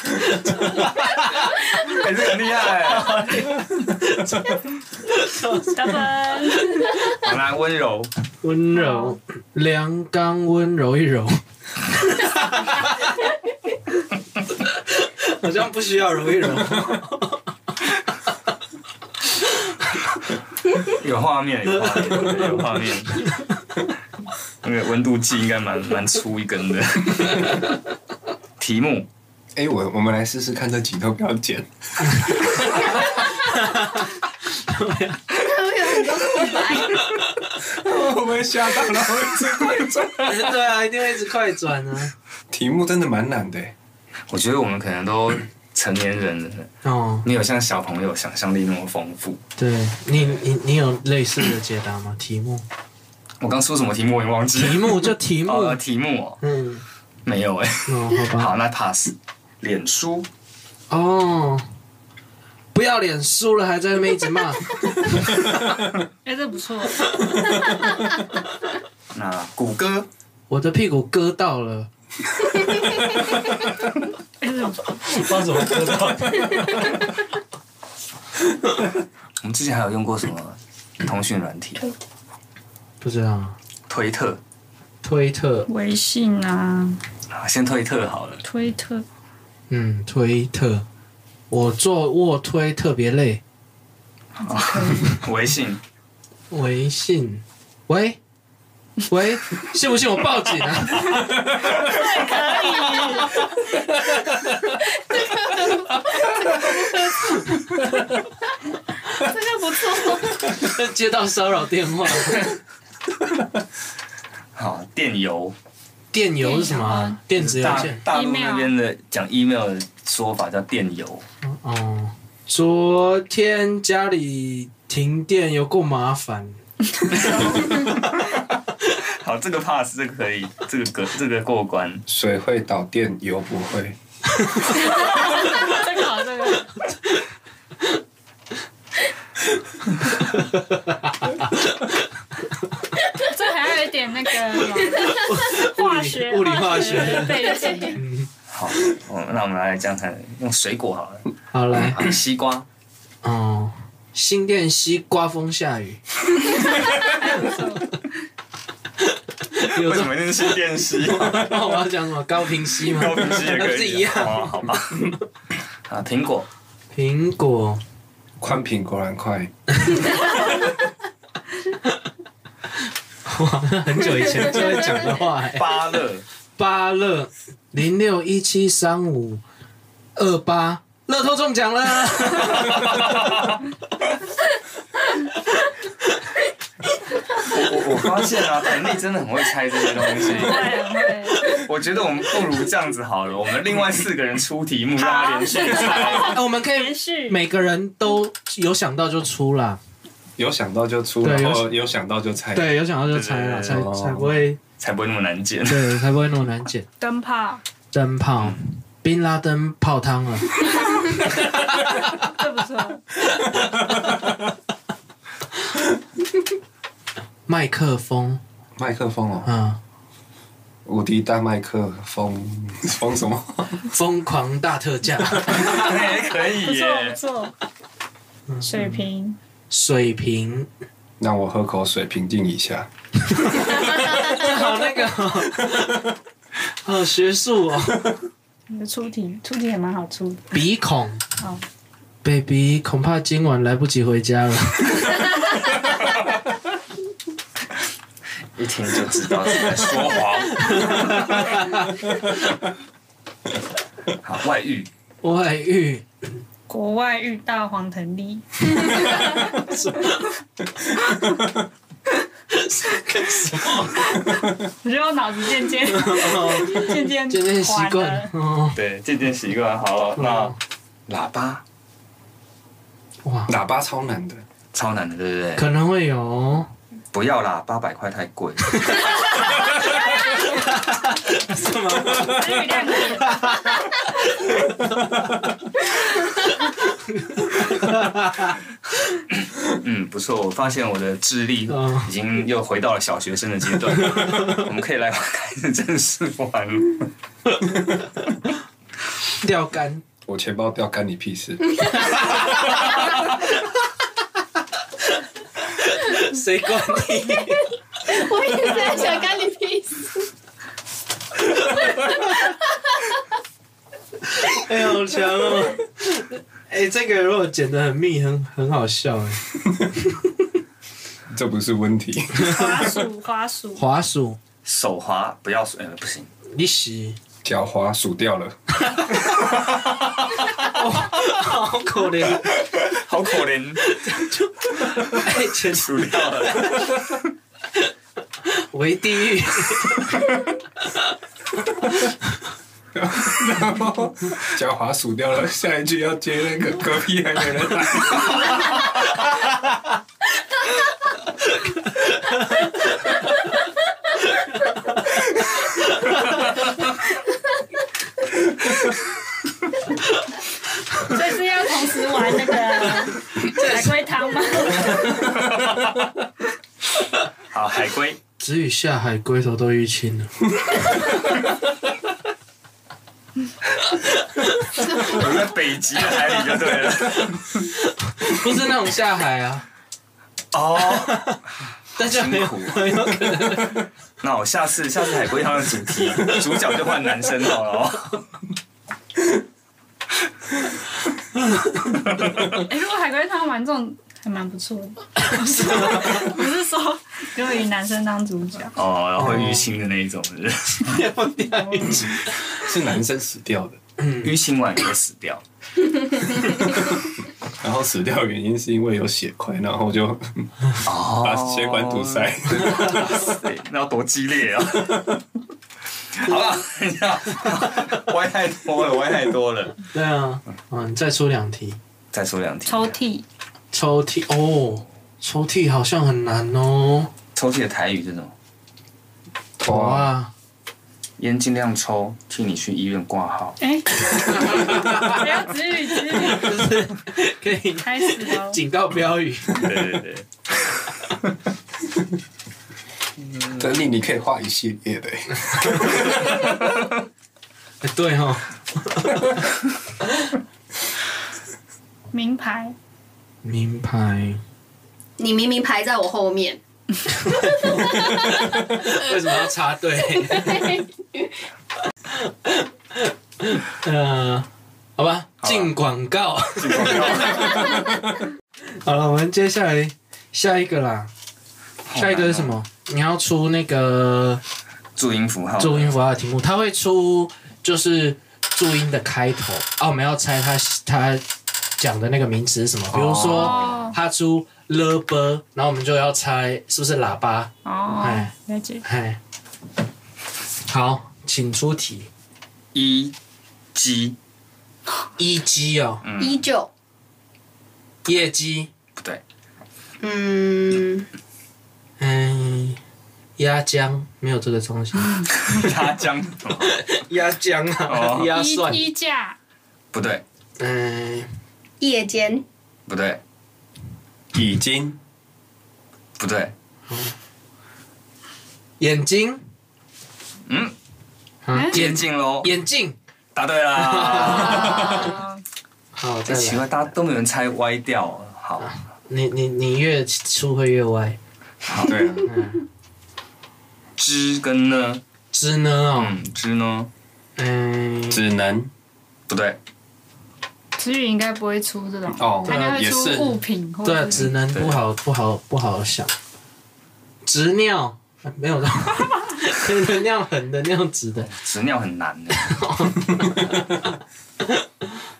Speaker 4: 哎、这个很厉害。
Speaker 3: 视，得分。
Speaker 4: 好啦，温柔，
Speaker 1: 温柔，梁刚温柔一柔。 好像不需要揉一 揉。
Speaker 4: 有画面，有画面，有画面。那个温度计应该蛮蛮粗一根的。题目，
Speaker 2: 哎、我我们来试试看这集都不要剪，
Speaker 5: 有很多空白，
Speaker 2: 我们吓到了，我吃快转。
Speaker 1: 对啊，一定会一直快转啊。
Speaker 2: 题目真的蛮难的、欸
Speaker 4: 我觉得我们可能都成年人了，
Speaker 1: 哦，
Speaker 4: 没有像小朋友想象力那么丰富。
Speaker 1: 对你，你你有类似的解答吗？题目，
Speaker 4: 我刚说什么题目我也忘记了。
Speaker 1: 题目就题目。
Speaker 4: 哦，题目哦，
Speaker 1: 嗯，
Speaker 4: 没有哎、
Speaker 1: 哦，好吧。
Speaker 4: 好，那 pass。脸书，
Speaker 1: 哦，不要脸输了还在那边一直骂，
Speaker 3: 哎，这不错，
Speaker 4: 那谷歌，
Speaker 1: 我的屁股割到了，
Speaker 3: 哎，这不错，
Speaker 1: 不知道怎么割到。
Speaker 4: 我们之前还有用过什么通讯软体？
Speaker 1: 不知道，
Speaker 4: 推特
Speaker 1: 推特，
Speaker 3: 微信啊，
Speaker 4: 啊，先推特好了。
Speaker 3: 推特，
Speaker 1: 嗯，推特，我做卧推特别累。
Speaker 4: 微信，
Speaker 1: 微信，喂，喂，信不信我报警啊？
Speaker 5: 这个不错。
Speaker 1: 接到骚扰电话，
Speaker 4: 好，电邮。
Speaker 1: 电邮是什么啊？电子邮
Speaker 4: 大
Speaker 1: 件。
Speaker 4: 大陆
Speaker 3: Email
Speaker 4: 那边的讲 email 的说法叫电邮，
Speaker 1: 哦，昨天家里停电，有够麻烦。
Speaker 4: 好，这个 pass 这个可以，这个可这个过关。
Speaker 2: 水会导电，油不会。
Speaker 3: 这个好，这个好。这还有一点那个什么化学、
Speaker 1: 物理化学
Speaker 3: 背景，
Speaker 4: 好，哦，那我们来讲看，用水果好了，
Speaker 1: 好来，
Speaker 4: 好西瓜，
Speaker 1: 哦，新店西刮风下雨。有
Speaker 4: 为
Speaker 1: 这
Speaker 4: 什
Speaker 1: 么
Speaker 4: 么一定是电西？
Speaker 1: 那我要讲什么 高平西吗？
Speaker 4: 高屏西也可
Speaker 1: 那
Speaker 4: 以，
Speaker 1: 是一样。
Speaker 4: 哦，好吧。啊，苹果，
Speaker 1: 苹果
Speaker 2: 宽屏果然快，
Speaker 1: 哇，那很久以前就会讲的话、 欸。
Speaker 4: 芭乐，
Speaker 1: 八乐零六一七三五二八，乐透中奖了。
Speaker 4: 我我发现啊，腾力真的很会猜这些东 西。
Speaker 3: 对对，
Speaker 4: 我觉得我们不如这样子好了，我们另外四个人出题目，
Speaker 3: 啊
Speaker 4: 让他连续 猜。
Speaker 1: 哎我们可以
Speaker 3: 连续
Speaker 1: 每个人都有想到就出啦，
Speaker 2: 有想到就出，
Speaker 1: 对有
Speaker 2: 然后有想到就猜。
Speaker 1: 对，有想到就猜啦，
Speaker 4: 对
Speaker 1: 才
Speaker 2: 哦
Speaker 1: 才不会，
Speaker 4: 才不会那么 难剪。
Speaker 1: 对，才不会那么难剪。
Speaker 3: 灯泡，
Speaker 1: 灯泡，宾拉登泡汤 了。
Speaker 3: 这不错，
Speaker 1: 麦克风，
Speaker 2: 麦克风哦，
Speaker 1: 嗯，
Speaker 2: 无敌大麦克风，风什么？
Speaker 1: 疯狂大特 价，
Speaker 4: 哎，可以
Speaker 3: 不错不
Speaker 4: 耶。
Speaker 3: 错。水瓶，
Speaker 1: 水瓶，
Speaker 2: 让我喝口水平静一下。
Speaker 1: 好那个哦， 好学术哦。
Speaker 3: 你的出题出题也蛮好出的，
Speaker 1: 鼻孔
Speaker 3: 好，
Speaker 1: ，baby，恐怕今晚来不及回家 了。
Speaker 4: 一听就知道是在说谎。好，外遇，
Speaker 1: 外遇，
Speaker 3: 国外遇到黄腾力，我觉得我脑子渐渐渐渐
Speaker 1: 渐渐习
Speaker 3: 缓
Speaker 1: 惯了
Speaker 3: 了，
Speaker 1: 哦。
Speaker 4: 对，渐渐习惯。好，那喇叭
Speaker 1: 哇，
Speaker 2: 喇叭超难的，
Speaker 4: 超难的，对不对？
Speaker 1: 可能会有哦。
Speaker 4: 不要啦，八百块太 贵。
Speaker 3: 词语量级
Speaker 4: 嗯，不错，我发现我的智力
Speaker 1: 嗯
Speaker 4: 已经又回到了小学生的阶 段。我们可以来开始正式玩了。
Speaker 1: 钓竿，
Speaker 2: 我钱包掉干你屁 事。
Speaker 1: 谁管你？
Speaker 5: 我一直在想干你屁事。
Speaker 1: 哎、好强 哦！哎、这个如果剪得很密，很很好笑哎。
Speaker 2: 这不是问题。
Speaker 3: 花鼠花鼠，
Speaker 1: 滑鼠，
Speaker 4: 手滑不要水，呃，不行，
Speaker 1: 你洗，
Speaker 2: 狡猾数掉了，
Speaker 1: 好可怜。
Speaker 4: 好可 怜，
Speaker 1: 哎、剪
Speaker 4: 数掉了。
Speaker 1: 为地狱，
Speaker 2: 然后狡猾数掉了，下一句要接那个隔壁还没人来。
Speaker 3: 所以是要同时玩那个海龟汤吗？
Speaker 4: 好，海龟，
Speaker 1: 只与下海龟头都淤青了。
Speaker 4: 我在北极的海里就对了。
Speaker 1: 不是那种下海啊，
Speaker 4: 哦，
Speaker 1: 大家没有
Speaker 4: 辛苦
Speaker 1: 没有可能。
Speaker 4: 那我下次下次海龟汤的主 题主角就换男生好了哦。
Speaker 3: 哎、如果海龟汤玩这种还蛮不错的，不是说就以男生当主角，
Speaker 4: 哦，然后会淤青的那一种，是不是
Speaker 1: 啊
Speaker 2: 是男生死掉的，
Speaker 4: 淤青完也会死掉。
Speaker 2: 然后死掉的原因是因为有血块，然后就
Speaker 4: 哦
Speaker 2: 把血管堵塞。
Speaker 4: 对，那要多激烈 啊！好了，等一下， 歪太多了，歪太多了。
Speaker 1: 对啊，嗯，再出两题。
Speaker 4: 再说两题，
Speaker 3: 抽屉
Speaker 1: 抽屉哦，抽屉好像很难哦。
Speaker 4: 抽屉的台语这种，
Speaker 2: 哇，
Speaker 1: 哇，
Speaker 4: 烟尽量抽，替你去医院挂号。
Speaker 3: 哎，不要子语子语，
Speaker 1: 就是可以
Speaker 3: 开始喽。
Speaker 1: 警告标 语。
Speaker 4: 对对对，
Speaker 2: 等你，你可以画一系列的、欸
Speaker 1: 哎对哦，
Speaker 3: 名牌
Speaker 1: 名牌
Speaker 5: 你明明排在我后面，
Speaker 1: 为什么要插队？呃，好吧，进广告。 好了，我们接下来下一个啦。
Speaker 4: 哦
Speaker 1: 下一个是什么？你要出那个
Speaker 4: 注音符号？
Speaker 1: 注音符号的题目，它会出就是注音的开头哦啊，我们要猜它它讲的那个名词是什么？比如说
Speaker 3: 哦
Speaker 1: 它出了啵，然后我们就要猜是不是喇叭。
Speaker 3: 哦
Speaker 1: 哎，
Speaker 3: 了解。
Speaker 1: 嘿，好，请出题。
Speaker 4: 一鸡
Speaker 1: 一鸡哦，
Speaker 4: 嗯
Speaker 5: 依旧，
Speaker 1: 夜鸡，
Speaker 4: 不 对，
Speaker 5: 嗯，
Speaker 1: 嗯，鸭姜没有这个东西，
Speaker 4: 鸭姜
Speaker 1: 鸭姜啊，
Speaker 4: 哦
Speaker 1: 鸭
Speaker 3: 衣
Speaker 1: 蒜，
Speaker 3: 衣架，
Speaker 4: 不对
Speaker 1: 嗯，
Speaker 5: 夜间
Speaker 4: 不对
Speaker 2: 已经
Speaker 4: 不对，
Speaker 1: 眼睛，
Speaker 4: 嗯，
Speaker 1: 嗯
Speaker 3: 哎
Speaker 4: 眼
Speaker 1: 眼
Speaker 4: 镜喽，
Speaker 1: 眼镜，
Speaker 4: 答对 啦。啊
Speaker 3: 哦
Speaker 1: 好，再
Speaker 4: 这奇
Speaker 1: 来，
Speaker 4: 怪，大家都没有人猜歪掉哦。好，
Speaker 1: 你你你越出会越歪，
Speaker 2: 对啊，
Speaker 1: 嗯，
Speaker 4: 知跟呢？
Speaker 1: 知呢哦，
Speaker 4: 嗯，知呢？
Speaker 1: 嗯，
Speaker 2: 只能
Speaker 4: 不对，
Speaker 3: 词语应该不会出这种，
Speaker 2: 哦
Speaker 3: 他应该会
Speaker 2: 也是
Speaker 3: 出物品或
Speaker 1: 对啊，
Speaker 3: 者
Speaker 1: 只能
Speaker 4: 对
Speaker 1: 不好不好不好想，直尿没有的， 可能尿横的尿直的，
Speaker 4: 纸尿很难 的，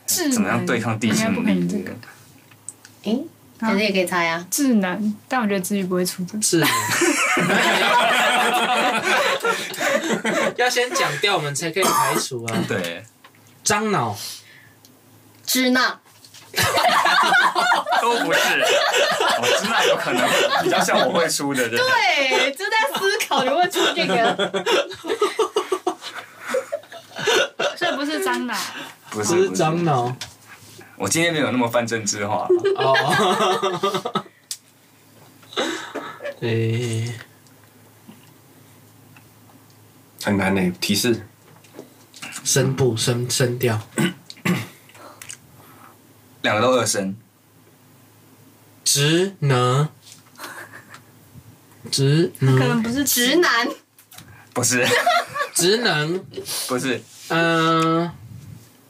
Speaker 3: 智能
Speaker 4: 怎么样对抗地
Speaker 3: 应该
Speaker 4: 心
Speaker 3: 不可以
Speaker 4: 力？
Speaker 3: 这
Speaker 4: 这
Speaker 3: 个
Speaker 4: 个
Speaker 5: 诶，可是也可以猜啊，
Speaker 3: 智能，但我觉得词语不会出这种。
Speaker 1: 智能。 要先讲掉，我们才可以排除啊。
Speaker 4: 对，
Speaker 1: 樟脑，
Speaker 5: 支那
Speaker 4: 都不是。 我知道有可能比较像我会出的，对不对。
Speaker 5: 对，就在思考如何出这个。
Speaker 3: 这不是蟑螂，
Speaker 4: 不
Speaker 1: 这
Speaker 4: 是
Speaker 1: 是樟。
Speaker 4: 不
Speaker 1: 脑
Speaker 4: 我今天没有那么泛政治化。
Speaker 1: 哦。诶，
Speaker 2: 很难呢。提示
Speaker 1: 声部声声调，
Speaker 4: 两个都二声，
Speaker 1: 直能，直
Speaker 4: 嗯
Speaker 3: 可能
Speaker 1: 能，
Speaker 3: 不是直
Speaker 5: 直 男
Speaker 4: 不是，
Speaker 1: 直能，
Speaker 4: 不是，
Speaker 1: 嗯、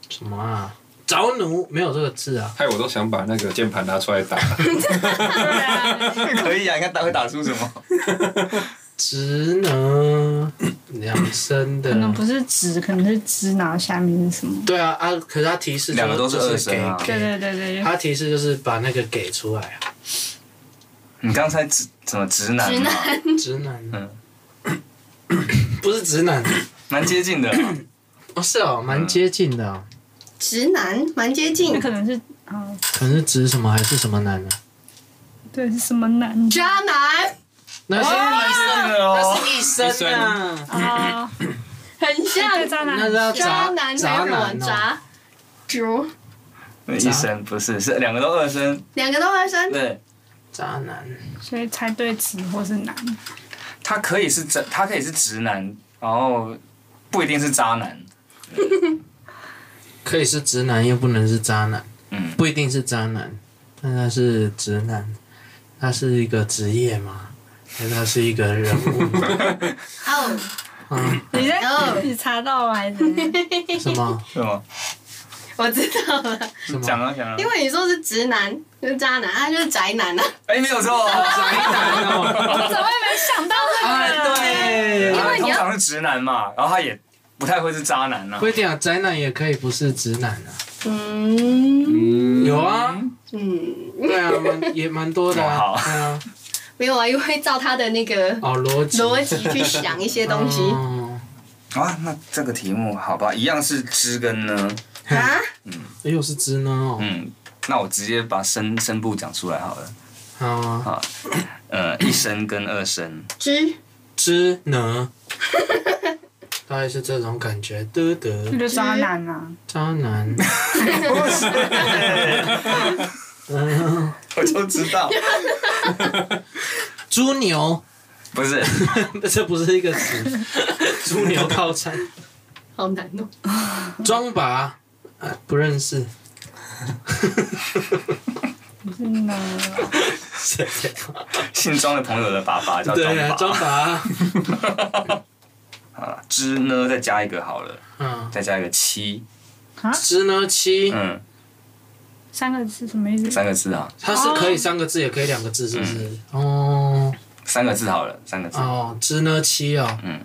Speaker 1: 什么啊？着奴没有这个字啊。
Speaker 2: 哎害我都想把那个键盘拿出来打。
Speaker 3: 男，
Speaker 4: 可以啊，你看打会打出什么？
Speaker 1: 直能，两声的
Speaker 3: 可。能不是直，可能是直，然后下面是什么？
Speaker 1: 对啊啊！可是他提示就
Speaker 4: 两个都是
Speaker 1: 就
Speaker 4: 二
Speaker 1: 是
Speaker 4: 声
Speaker 1: 给
Speaker 4: 啊
Speaker 1: 给
Speaker 3: 对对对对，
Speaker 1: 他提示就是把那个给出来啊，
Speaker 4: 你刚才直什么直男？啊
Speaker 5: 直男，
Speaker 1: 直男
Speaker 4: 嗯，
Speaker 1: 不是直男
Speaker 4: 蛮接近的 啦。
Speaker 1: 哦，是哦，蛮接近的、哦，
Speaker 5: 直男蛮接近
Speaker 3: 那可能是啊，
Speaker 1: 可是直什么还是什么男呢、
Speaker 3: 对，是什么 哦男？
Speaker 5: 渣男，
Speaker 1: 那
Speaker 4: 蛮
Speaker 1: 是
Speaker 4: 接近的哦。
Speaker 1: 那是一生啊，
Speaker 3: 啊，
Speaker 5: 很
Speaker 3: 对
Speaker 5: 像
Speaker 3: 渣
Speaker 1: 那
Speaker 3: 男，
Speaker 1: 叫
Speaker 5: 渣
Speaker 1: 渣
Speaker 5: 男
Speaker 1: 渣
Speaker 5: 还有什
Speaker 1: 男
Speaker 5: 么
Speaker 1: 哦，
Speaker 5: 渣？猪，
Speaker 4: 一声不是，是两个都二声。
Speaker 5: 两个都男生，
Speaker 4: 对，
Speaker 1: 渣男
Speaker 3: 所以猜对直或是男，
Speaker 4: 他可以是直，他可以是直男，然后不一定是渣男。
Speaker 1: 可以是直男，又不能是渣男，
Speaker 4: 嗯，
Speaker 1: 不一定是渣男，但他是直男，他是一个职业吗？还是他是一个人物吗？
Speaker 5: 哦，
Speaker 1: 嗯，
Speaker 4: 哎
Speaker 3: 你在
Speaker 5: 哦
Speaker 3: 你查到吗？还 是怎样
Speaker 1: 什么
Speaker 4: 是吗？
Speaker 5: 我知道了，
Speaker 1: 什么？
Speaker 4: 讲啊讲啊
Speaker 5: 因。为你说是直男，就是渣男，他就是宅男啊。
Speaker 4: 哎，没有 错，
Speaker 1: 宅男哦，
Speaker 3: 我怎么会没想到这
Speaker 1: 啊
Speaker 3: 个？
Speaker 1: 对，
Speaker 5: 因为你
Speaker 4: 通
Speaker 5: 要
Speaker 4: 常是直男嘛，然后他也不太会是渣男呐
Speaker 1: 不。一定啊，宅男也可以不是直男啊。
Speaker 5: 嗯
Speaker 1: 有啊，
Speaker 5: 嗯，
Speaker 1: 对啊，蛮也蛮多的啊
Speaker 4: 好，
Speaker 1: 对啊，
Speaker 5: 没有啊，因为照他的那个
Speaker 1: 哦，逻辑
Speaker 5: 逻辑去想一些东西
Speaker 1: 哦
Speaker 4: 啊，那这个题目好吧，一样是知跟呢。
Speaker 1: 嗯
Speaker 5: 啊。
Speaker 1: 哎又是直呢哦，
Speaker 4: 嗯，那我直接把声声部讲出来好了。
Speaker 1: 好啊，
Speaker 4: 好，呃，一声跟二声，
Speaker 5: 之
Speaker 1: 直呢，大概是这种感觉，得得
Speaker 3: 那就渣男啊！
Speaker 1: 渣 男，嗯，
Speaker 4: 我就知道，
Speaker 1: 猪牛，
Speaker 4: 不是
Speaker 1: 这不是一个 词，猪牛套餐，
Speaker 5: 好难哦。
Speaker 1: 装拔，啊不认识，
Speaker 3: 不是呢，
Speaker 1: 谁
Speaker 4: 姓庄的朋友的爸爸叫庄
Speaker 1: 对啊，
Speaker 4: 爸。
Speaker 1: 装拔，
Speaker 4: 啊，之呢再加一个好了，
Speaker 1: 嗯，
Speaker 4: 再加一个七，
Speaker 3: 啊，
Speaker 1: 直呢七，
Speaker 4: 嗯，
Speaker 3: 三个字什么意思？
Speaker 4: 三个字啊，
Speaker 1: 它是可以三个字，也可以两个字，是不是？
Speaker 4: 嗯
Speaker 1: 哦。
Speaker 4: 三个字好了，三个字，
Speaker 1: 哦，支呢七哦，
Speaker 4: 嗯，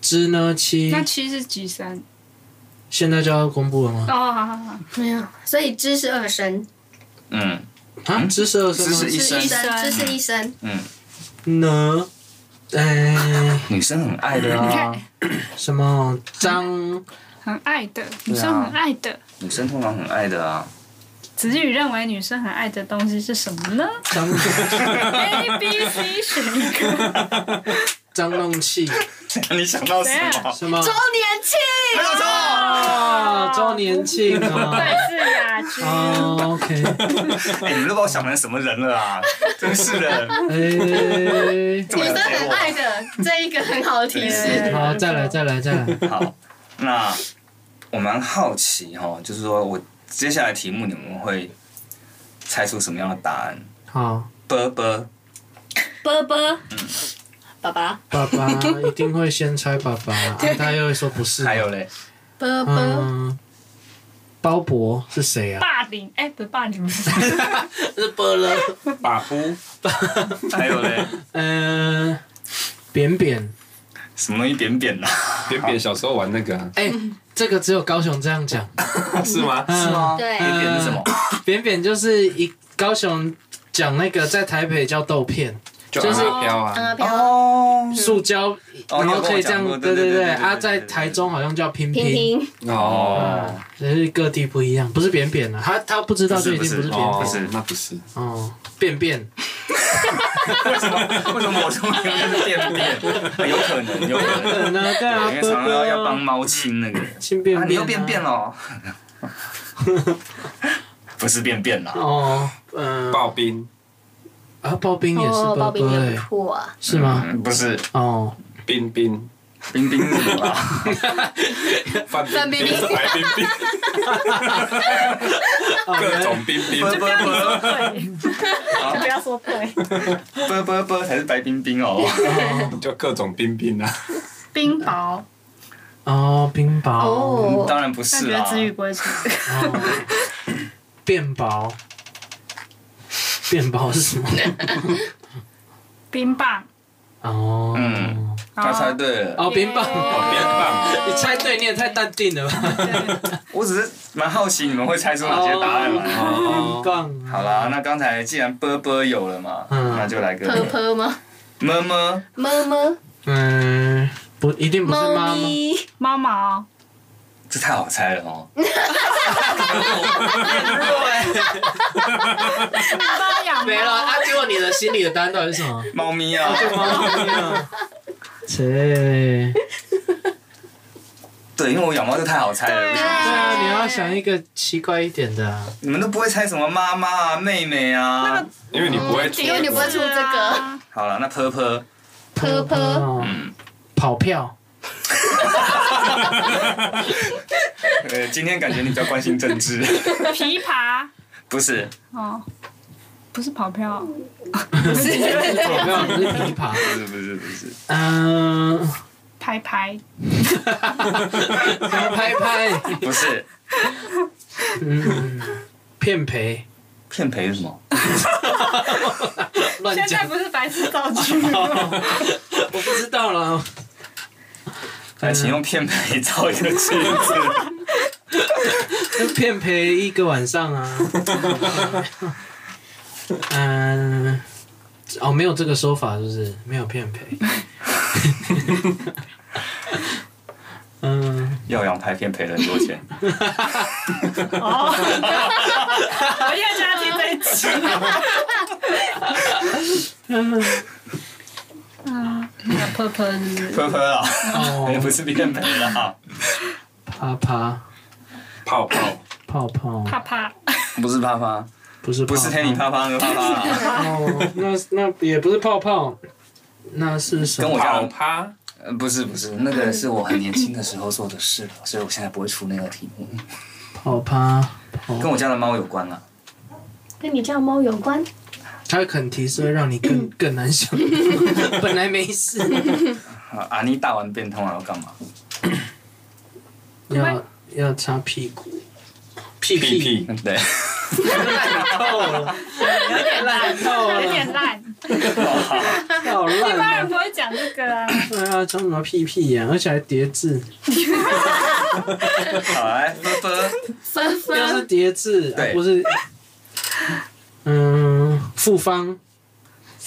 Speaker 1: 支呢七
Speaker 3: 那，七是几声？
Speaker 1: 现在就要公布了吗？
Speaker 3: 哦，好好好，
Speaker 5: 没有，所以之是二声，
Speaker 4: 嗯，
Speaker 1: 啊，知识二
Speaker 4: 知识
Speaker 1: 生
Speaker 4: 一生
Speaker 5: 是医生，这是医生，
Speaker 1: 吗呢？哎，
Speaker 4: 女生很爱的啊，
Speaker 1: 什么张
Speaker 3: 很爱的女生很爱的。
Speaker 4: 女生通常很爱的啊。
Speaker 3: 子宇认为女生很爱的东西是什么呢
Speaker 1: 张
Speaker 3: ？A、B、C 选一个。
Speaker 1: 张弄器
Speaker 4: 你想到什
Speaker 3: 谁
Speaker 4: 么哎
Speaker 3: 啊？
Speaker 1: 什么
Speaker 5: 周年庆，
Speaker 1: 啊？周年庆啊！
Speaker 3: 再是雅君。
Speaker 1: 哦，OK，
Speaker 4: 哎，你们都把我想成什么人了啊？真是的，
Speaker 1: 哎，
Speaker 4: 这
Speaker 5: 女
Speaker 4: 么了
Speaker 5: 生
Speaker 4: 解
Speaker 5: 很爱
Speaker 4: 我。
Speaker 5: 的，这一个很好的提示。
Speaker 3: 对
Speaker 1: 好，再来，再来，再来。
Speaker 4: 好，那我蛮好奇哈、哦，就是说我接下来题目你们会猜出什么样的答案？
Speaker 1: 好，
Speaker 4: 啵啵，
Speaker 5: 波波，爸爸，
Speaker 1: 爸爸一定会先猜爸爸， 啊他又会说不是。
Speaker 4: 还有嘞，
Speaker 5: 波波，
Speaker 1: 嗯，鲍勃是谁啊？
Speaker 3: 霸凌，哎、不是霸凌，
Speaker 1: 是波勒。
Speaker 2: 把夫
Speaker 4: 还有嘞，
Speaker 1: 嗯，扁扁，
Speaker 4: 什么东西扁扁的、
Speaker 2: 扁扁小时候玩那个啊，
Speaker 1: 哎，这个只有高雄这样 讲。
Speaker 4: 啊
Speaker 2: 是吗？
Speaker 1: 是吗？
Speaker 5: 对，
Speaker 4: 扁扁是什么？
Speaker 1: 扁扁就是一高雄讲那个，在台北叫豆片，
Speaker 2: 就
Speaker 1: 就是
Speaker 2: 阿飘啊，
Speaker 5: 嗯，飘
Speaker 4: 哦，
Speaker 1: 塑胶，然后可以这样
Speaker 4: 你有跟
Speaker 1: 对
Speaker 4: 我讲过，对对
Speaker 1: 对。
Speaker 4: 对对
Speaker 1: 啊，
Speaker 4: 对
Speaker 1: 在
Speaker 4: 对
Speaker 1: 台中好像叫拼
Speaker 5: 平
Speaker 1: 拼，
Speaker 5: 平，
Speaker 2: 哦，
Speaker 1: 啊，只是各地不一样，不是扁扁啊，他他不知道就一定不是扁
Speaker 2: 哦
Speaker 1: 扁
Speaker 4: 不是
Speaker 2: 那不是，
Speaker 1: 哦，便便
Speaker 4: 为什么我中间是便便？哎有可能，有可能。
Speaker 1: 可能啊，对啊
Speaker 4: 因为，
Speaker 1: 波
Speaker 4: 常常要要帮
Speaker 1: 波
Speaker 4: 猫清那个，
Speaker 1: 亲便
Speaker 4: 啊，
Speaker 1: 便，
Speaker 4: 你又便便，了，不是便便啦，
Speaker 1: 哦，嗯，
Speaker 2: 刨冰
Speaker 1: 啊，刨冰也是
Speaker 5: 哦，
Speaker 1: 波
Speaker 5: 刨冰
Speaker 1: 波
Speaker 5: 也
Speaker 1: 哎
Speaker 5: 不，错啊，
Speaker 1: 是吗？
Speaker 4: 嗯不是
Speaker 1: 哦，
Speaker 2: 冰冰
Speaker 4: 冰冰是什么啊啦？
Speaker 2: 范
Speaker 5: 范冰
Speaker 2: 冰
Speaker 5: 冰
Speaker 2: 白冰冰，各种冰冰
Speaker 4: 啵
Speaker 3: 不
Speaker 4: 啵
Speaker 3: 要你说
Speaker 4: 啵
Speaker 3: 对，就不要说对。
Speaker 4: 啵啵啵才是白冰冰哦。
Speaker 2: 就各种冰冰啊，
Speaker 3: 冰雹，
Speaker 1: 哦，冰雹，哦，
Speaker 5: 哦，
Speaker 4: 当然不
Speaker 3: 但
Speaker 4: 是
Speaker 3: 觉得
Speaker 4: 啦，
Speaker 3: 子宇不会出。
Speaker 1: 变薄，变薄是什么？
Speaker 3: 冰棒，
Speaker 1: 哦，
Speaker 4: 嗯他猜对了。
Speaker 1: 哦，冰棒，
Speaker 2: 哦，冰棒。
Speaker 1: 你猜对，你也太淡定了吧？
Speaker 4: 我只是蛮好奇你们会猜出哪些答案来。
Speaker 1: 冰棒，啊
Speaker 4: 好啦，那刚才既然啵啵有了嘛，
Speaker 1: 嗯
Speaker 4: 那就来个
Speaker 5: 婆婆吗？
Speaker 4: 么么
Speaker 5: 么么，
Speaker 1: 嗯，不，一定不是妈
Speaker 5: 猫
Speaker 1: 妈。
Speaker 5: 咪，
Speaker 3: 猫毛，
Speaker 4: 这太好猜了哦。对，
Speaker 3: 包养
Speaker 1: 没了
Speaker 3: 猫，
Speaker 1: 啊！结果你的心里的答案到底是什么？哦
Speaker 4: 猫咪啊，
Speaker 1: 嗯切，
Speaker 4: 对，因为我养猫就太好猜了，为什么
Speaker 1: 对啊，你要想一个奇怪一点的啊。
Speaker 4: 你们都不会猜什么妈妈啊、妹妹啊。
Speaker 2: 因为你不会出，
Speaker 5: 因为你不会出这个，
Speaker 4: 好了，那婆婆，
Speaker 5: 婆婆，
Speaker 1: 哦
Speaker 4: 嗯，
Speaker 1: 跑票，
Speaker 4: 呃，今天感觉你比较关心政治，
Speaker 3: 琵琶，
Speaker 4: 不是？
Speaker 3: 啊哦，不是跑票，
Speaker 1: 跑票不是琵琶。
Speaker 4: 不是不是不是，
Speaker 1: 嗯，
Speaker 3: 拍拍，
Speaker 1: 拍拍，
Speaker 4: 不是
Speaker 1: 嗯，骗赔，
Speaker 4: 骗赔是什么？
Speaker 1: 乱
Speaker 3: 现在
Speaker 1: 讲，
Speaker 3: 不是白痴造句吗？
Speaker 1: 我不知道了。
Speaker 4: 来，哎请用骗赔造一个句子。
Speaker 1: 就骗陪一个晚上啊。 嗯，哦，没有这个说法，是不是？没有骗陪。嗯，
Speaker 4: 耀阳拍片赔了很多 钱，
Speaker 3: 哦，我又加听这一 集。嗯，那婆婆
Speaker 4: 婆婆啊，也
Speaker 1: 哦，
Speaker 4: 不是骗赔啊啦，
Speaker 1: 啪啪
Speaker 2: 泡泡
Speaker 1: 泡泡，
Speaker 3: 怕怕，
Speaker 4: 不是啪啪，
Speaker 1: 不是
Speaker 4: 不是
Speaker 1: 泡
Speaker 4: 天你啪啪那个啪啪啊，
Speaker 1: 哦，那那也不是泡泡，那是什
Speaker 4: 跟我
Speaker 1: 么？
Speaker 4: 家
Speaker 2: 泡
Speaker 4: 人
Speaker 2: 趴，
Speaker 4: 呃不是不是，那个是我很年轻的时候做的事了，所以我现在不会出那个题目，
Speaker 1: 泡趴泡，
Speaker 4: 跟我家的猫有关啊。
Speaker 5: 跟你家猫有关，
Speaker 1: 它肯提示会让你更更难想，本来没事。
Speaker 4: 啊阿妮大完便通了要干嘛？
Speaker 1: 要要擦屁股，屁
Speaker 2: 屁屁，
Speaker 4: 对，
Speaker 1: 透了，有点烂透了，
Speaker 3: 有点烂，
Speaker 1: 好
Speaker 3: 一般
Speaker 1: 烂
Speaker 3: 人
Speaker 1: 啊！
Speaker 3: 不会讲这个啊。
Speaker 1: 对啊，讲什么屁屁呀、而且还叠字，
Speaker 4: 好来，啵啵，
Speaker 5: 分
Speaker 1: 又是
Speaker 5: 分，
Speaker 1: 叠字，
Speaker 4: 对
Speaker 1: 啊、不是嗯，复方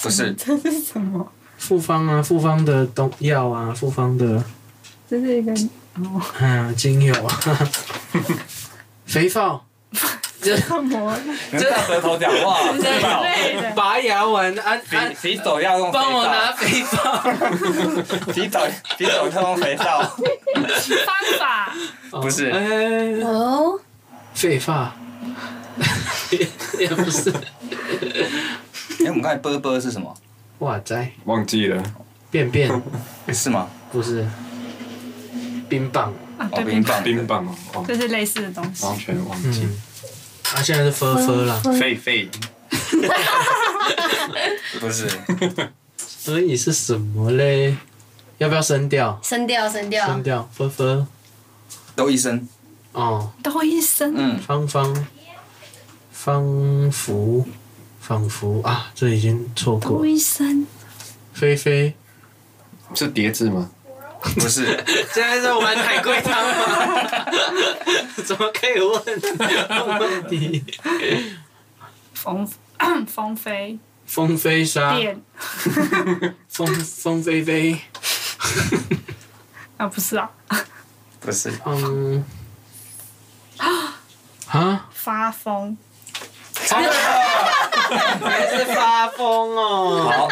Speaker 4: 不是
Speaker 3: 这是什么？
Speaker 1: 复方啊，复方的东药啊，复方的
Speaker 3: 这是一个哦，
Speaker 1: 嗯精油 啊，肥皂，这
Speaker 3: 按摩
Speaker 4: 跟大舌头讲话，
Speaker 3: 之
Speaker 4: 对吧？
Speaker 3: 类的。
Speaker 1: 拔牙丸安
Speaker 4: 洗
Speaker 1: 安，
Speaker 4: 洗手要用肥
Speaker 1: 帮我拿
Speaker 4: 皂，
Speaker 1: 肥皂。
Speaker 4: 洗手洗手要用肥皂，
Speaker 3: 方法
Speaker 4: 不是
Speaker 1: 哦哎
Speaker 5: 哦，
Speaker 1: 废发，也 也不是，
Speaker 4: 哎，我们刚才波波是什么？
Speaker 1: 哇塞，
Speaker 2: 忘记了，
Speaker 1: 便便
Speaker 4: 是吗？
Speaker 1: 不是，冰棒，
Speaker 3: 啊，
Speaker 4: 哦，
Speaker 3: 对，
Speaker 4: 冰棒，
Speaker 2: 冰棒哦，哦
Speaker 3: 这是类似的东西。
Speaker 2: 完全忘记。
Speaker 1: 嗯，啊，现在是分分了，
Speaker 4: 狒狒，不是，
Speaker 1: 所以是什么嘞？要不要声调？
Speaker 5: 声调声调
Speaker 1: 声，调，分分，
Speaker 4: 都医生，
Speaker 1: 哦，
Speaker 3: 都医生，
Speaker 4: 嗯，
Speaker 1: 芳芳，芳福，仿佛啊，这已经错
Speaker 3: 都
Speaker 1: 过，
Speaker 3: 医生，
Speaker 1: 菲菲，
Speaker 2: 是叠字吗？
Speaker 4: 不是，
Speaker 1: 现在在玩海龟汤吗？ 怎么可以问问题？
Speaker 3: 冯冯飞
Speaker 1: 风飞沙，
Speaker 3: 电
Speaker 1: 风风飞飞，
Speaker 3: 啊，不是啊，
Speaker 4: 不是，
Speaker 1: 嗯，啊，
Speaker 3: 发疯，
Speaker 1: 还是发疯哦。
Speaker 4: 好，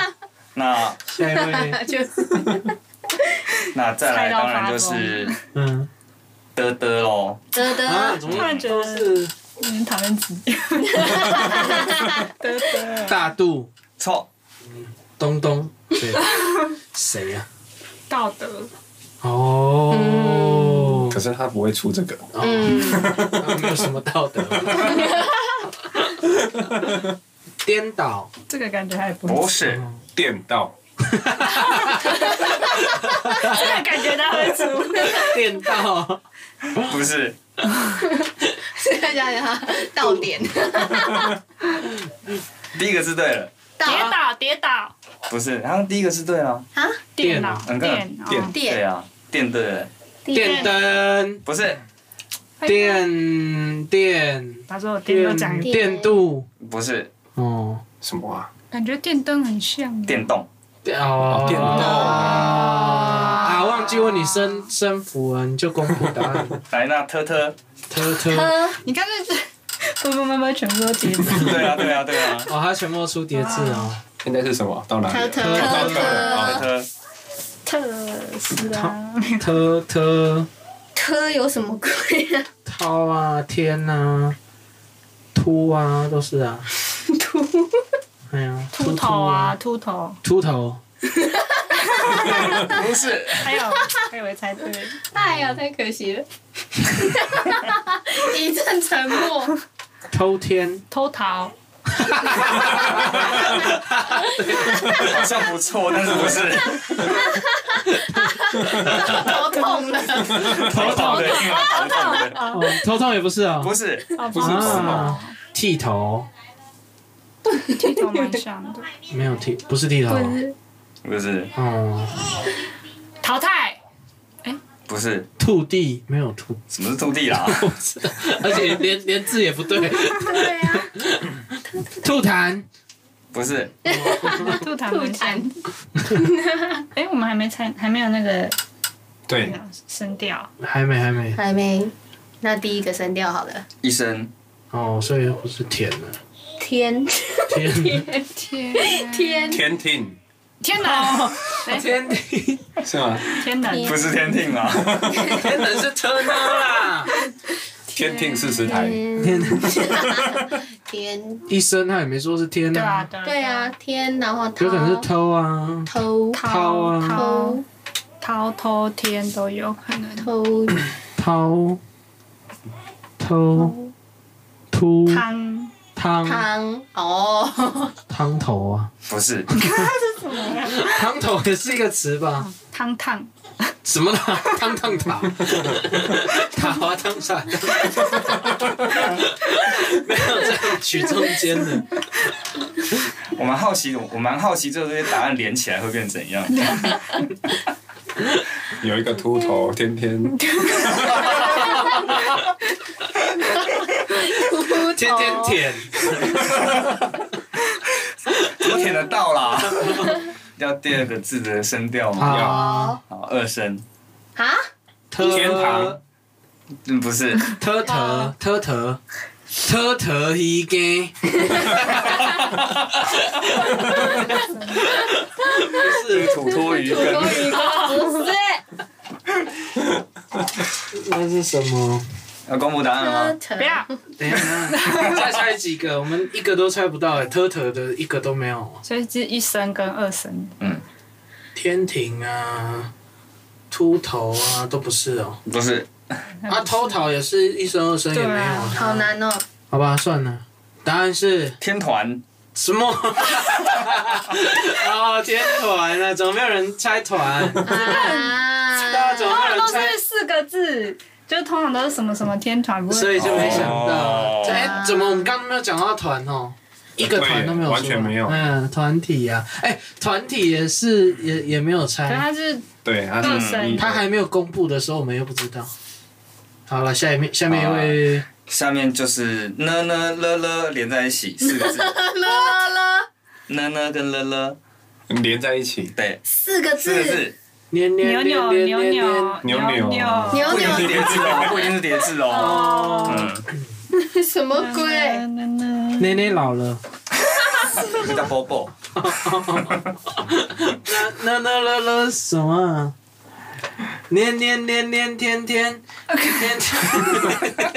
Speaker 4: 那
Speaker 1: 下一 位，
Speaker 5: 就
Speaker 4: 那再来
Speaker 3: 猜到
Speaker 4: 当然
Speaker 3: 发
Speaker 4: 就是
Speaker 1: 嗯，
Speaker 4: 嘚嘚喽，
Speaker 5: 得
Speaker 1: 啊，
Speaker 5: 得，
Speaker 1: 怎么
Speaker 3: 突然觉
Speaker 1: 都
Speaker 3: 得
Speaker 1: 是
Speaker 3: 有点讨厌 自己。得得，
Speaker 1: 大肚
Speaker 4: 错，
Speaker 1: 东东，对，谁啊呀？
Speaker 3: 道德
Speaker 1: 哦，
Speaker 2: 可是他不会出这个，
Speaker 5: 嗯，
Speaker 1: 啊没有什么道德。颠倒，
Speaker 3: 这个感觉还不
Speaker 4: 不
Speaker 3: 错，
Speaker 4: 是，
Speaker 2: 电到
Speaker 3: 这个感觉他会出。
Speaker 1: 颠倒，
Speaker 4: 不是，
Speaker 5: 这样呀，到点，
Speaker 4: 第一个是对了，
Speaker 3: 跌
Speaker 5: 到
Speaker 3: 倒，啊跌倒，
Speaker 4: 不是，然后第一个是对了，
Speaker 5: 啊，
Speaker 1: 电
Speaker 3: 电脑，
Speaker 4: 嗯
Speaker 3: 电脑，
Speaker 2: 电
Speaker 4: 对
Speaker 5: 点
Speaker 4: 啊，电对了，
Speaker 1: 电灯，
Speaker 4: 不是，
Speaker 1: 电电
Speaker 3: 哎把所有电都讲
Speaker 1: 电
Speaker 3: 一遍。
Speaker 1: 电镀，
Speaker 4: 不是
Speaker 1: 哦，
Speaker 2: 什么啊？
Speaker 3: 感觉电灯很像
Speaker 4: 电动，
Speaker 1: 电哦，
Speaker 2: 电
Speaker 5: 哦
Speaker 1: 啊，忘记问你生生符啊了，你就公布答案。
Speaker 4: 来那特特，
Speaker 1: 特特，哦，
Speaker 5: 呃，
Speaker 3: 你刚才是不不不不，全部都叠字。
Speaker 4: 对啊对啊对啊，
Speaker 1: 哦他全部都出叠字哦。
Speaker 2: 现在是什么？到哪
Speaker 5: 特
Speaker 2: 里啊
Speaker 5: 特
Speaker 2: 了？
Speaker 3: 特
Speaker 4: 特特，
Speaker 5: 特特
Speaker 3: 斯拉，
Speaker 1: 特特
Speaker 5: 特有什么鬼啊？
Speaker 1: 涛啊，天啊，秃啊，都是啊。
Speaker 5: 秃
Speaker 1: 哎呀，
Speaker 3: 秃头啊，，秃头，
Speaker 1: 秃头，
Speaker 4: 不是，
Speaker 3: 还有，我以为猜对，
Speaker 5: 哎呀，太可惜了，一阵沉默。
Speaker 1: 偷天，
Speaker 3: 偷桃，
Speaker 4: 好像不错，但是不是，
Speaker 5: 头痛了，
Speaker 4: 头痛的，头痛的，
Speaker 1: 哦，头痛也不是啊，
Speaker 4: 不是，
Speaker 3: 哦，
Speaker 2: 不是头
Speaker 1: 啊，剃头，
Speaker 3: 剃头蛮像的，
Speaker 1: 没有剃，不是剃头，
Speaker 4: 不是，
Speaker 1: 哦，
Speaker 3: 淘汰，
Speaker 4: 不是，
Speaker 1: 兔地没有兔，
Speaker 4: 什么是种地啦？
Speaker 1: 不知道， 而且连连字也不对，
Speaker 5: 对呀、
Speaker 1: 吐痰，
Speaker 4: 不是，
Speaker 3: 吐痰
Speaker 5: 不
Speaker 3: 蛮像。
Speaker 5: 谈
Speaker 3: 哎，我们还没猜，还没有那个
Speaker 2: 对，
Speaker 3: 声调，
Speaker 1: 还没还没，
Speaker 5: 还没。那第一个声调好了，
Speaker 4: 医生，
Speaker 1: 哦，所以不是舔 了，
Speaker 5: 天
Speaker 1: 天
Speaker 3: 天
Speaker 5: 天
Speaker 2: 天听
Speaker 3: 天能，
Speaker 1: 天地，
Speaker 2: 是吗？
Speaker 3: 天能，
Speaker 4: 不是天听啊，
Speaker 1: 天能是车呢啦，
Speaker 2: 天听四十台，
Speaker 5: 天
Speaker 1: 天
Speaker 5: 天，
Speaker 1: 医生他也没说是天
Speaker 3: 对啊，
Speaker 1: 啊，
Speaker 3: 对啊，
Speaker 5: 对啊，天，然后
Speaker 1: 有
Speaker 5: 涛
Speaker 1: 可能是偷啊，
Speaker 5: 偷
Speaker 1: 掏
Speaker 3: 掏
Speaker 1: 啊
Speaker 3: 掏
Speaker 5: 偷
Speaker 3: 掏偷天都有可能，
Speaker 5: 偷
Speaker 1: 掏，偷，秃，
Speaker 3: 汤
Speaker 1: 汤
Speaker 5: 汤哦，
Speaker 1: 汤头啊，
Speaker 4: 不是，
Speaker 1: 汤头也是一个词吧？
Speaker 3: 汤烫，
Speaker 1: 什么塔？汤烫塔？塔滑汤塔？没有在取中间的。
Speaker 4: 我蛮好奇，我蛮好奇，最后这些答案连起来会变怎样？
Speaker 2: 有一个秃头，天天
Speaker 5: 秃
Speaker 1: 天天天舔，
Speaker 4: 怎么舔得到 啦？要第二个字的声调吗？
Speaker 1: 好，
Speaker 5: 哦，
Speaker 4: 好，二声，
Speaker 5: 啊，
Speaker 1: 特
Speaker 2: 天堂
Speaker 4: 嗯，不是，
Speaker 1: 特特特特特特一根，
Speaker 4: 是土托鱼
Speaker 5: 土
Speaker 4: 羹
Speaker 5: 狗。鱼不是
Speaker 1: 那是什么？
Speaker 4: 要公布答案了
Speaker 5: 车
Speaker 4: 吗？
Speaker 5: 头，
Speaker 3: 不要，
Speaker 1: 等一下，再猜几个，我们一个都猜不到哎，特特的一个都没有。
Speaker 3: 所以是一声跟二声。
Speaker 1: 天庭啊，秃头啊，都不是哦。
Speaker 4: 不是，
Speaker 1: 啊，偷桃也是一声二声也没有啊。
Speaker 3: 对
Speaker 5: 好难哦，
Speaker 1: 好吧，算了。答案是
Speaker 4: 天团
Speaker 1: 什么？哦，天团啊，怎么没有人猜团？大家
Speaker 5: 啊，
Speaker 1: 怎
Speaker 3: 通
Speaker 1: 么没有人
Speaker 3: 常都
Speaker 1: 猜
Speaker 3: 是？哦四个字，就通常都是什么什么天团，不
Speaker 1: 所以
Speaker 3: 会。
Speaker 1: 就没想到
Speaker 4: 哦。
Speaker 1: 哎、怎么我们刚刚没有讲到团哦？一个团都没有说，
Speaker 2: 对完全没有
Speaker 1: 嗯，团体呀、啊，哎、团体也是也也没有
Speaker 3: 可是
Speaker 1: 猜，
Speaker 3: 它是
Speaker 2: 对，他
Speaker 3: 二
Speaker 2: 是
Speaker 3: 声
Speaker 2: 一
Speaker 1: 他还没有公布的时候，我们又不知道。好了，下一面下面一位，
Speaker 4: 下面就是呢呢了了连在一起四个字，
Speaker 5: 了了了，
Speaker 4: 呢呢跟了了，
Speaker 2: 连在一起，
Speaker 4: 对，
Speaker 5: 四个
Speaker 4: 四个
Speaker 5: 字，
Speaker 4: 字，
Speaker 1: 年年
Speaker 3: 扭
Speaker 1: 年
Speaker 3: 扭
Speaker 1: 年
Speaker 3: 扭
Speaker 1: 年年，
Speaker 2: 扭
Speaker 3: 扭
Speaker 2: 扭
Speaker 3: 扭。
Speaker 5: 牛
Speaker 4: 不一定是叠
Speaker 5: 牛
Speaker 4: 字哦， 不一定是叠字哦，
Speaker 3: 哦，
Speaker 4: 嗯，
Speaker 5: 什么鬼？
Speaker 1: 年年老了。
Speaker 4: 这叫 bobo，
Speaker 1: 那那那那那什么啊？年年年年天天天天，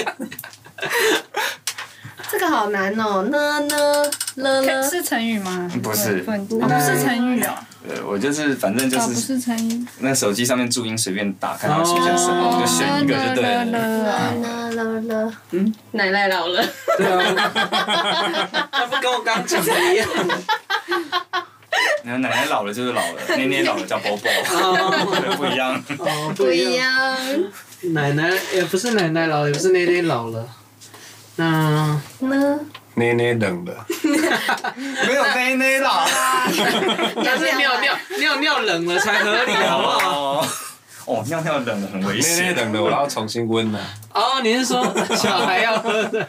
Speaker 5: 这个好难哦，呢呢了了，
Speaker 3: 是成语吗？
Speaker 4: 不是
Speaker 3: 不能哦不是成语哦，
Speaker 4: 呃，我就是反正就
Speaker 3: 哦，不
Speaker 4: 是
Speaker 3: 是成语。
Speaker 4: 那手机上面注音随便打，看它出现什么，
Speaker 1: 哦
Speaker 4: 我就选一个就对
Speaker 3: 了了
Speaker 4: 了。
Speaker 5: 了
Speaker 3: 了
Speaker 5: 了了了，嗯，奶奶老了，
Speaker 1: 对啊，那不跟我刚讲的一样。
Speaker 4: 然后奶奶老了就是老了，年年老了叫 bobo，
Speaker 1: 哦
Speaker 4: 对， 不一样。
Speaker 1: 哦，
Speaker 5: 不
Speaker 1: 不
Speaker 5: 一
Speaker 1: 一样。
Speaker 5: 样，
Speaker 1: 奶奶也不是奶奶老，也不是奶奶老了。那
Speaker 5: 呢，
Speaker 2: 捏捏冷了，
Speaker 4: 没有奶奶老，
Speaker 1: 但是尿尿尿尿冷了才合理，好不好？
Speaker 4: 哦，哦，尿尿冷了很
Speaker 2: 捏
Speaker 4: 危
Speaker 2: 捏
Speaker 4: 险。
Speaker 2: 冷了，我要重新温啊了。
Speaker 1: 哦，你是说小孩要喝的？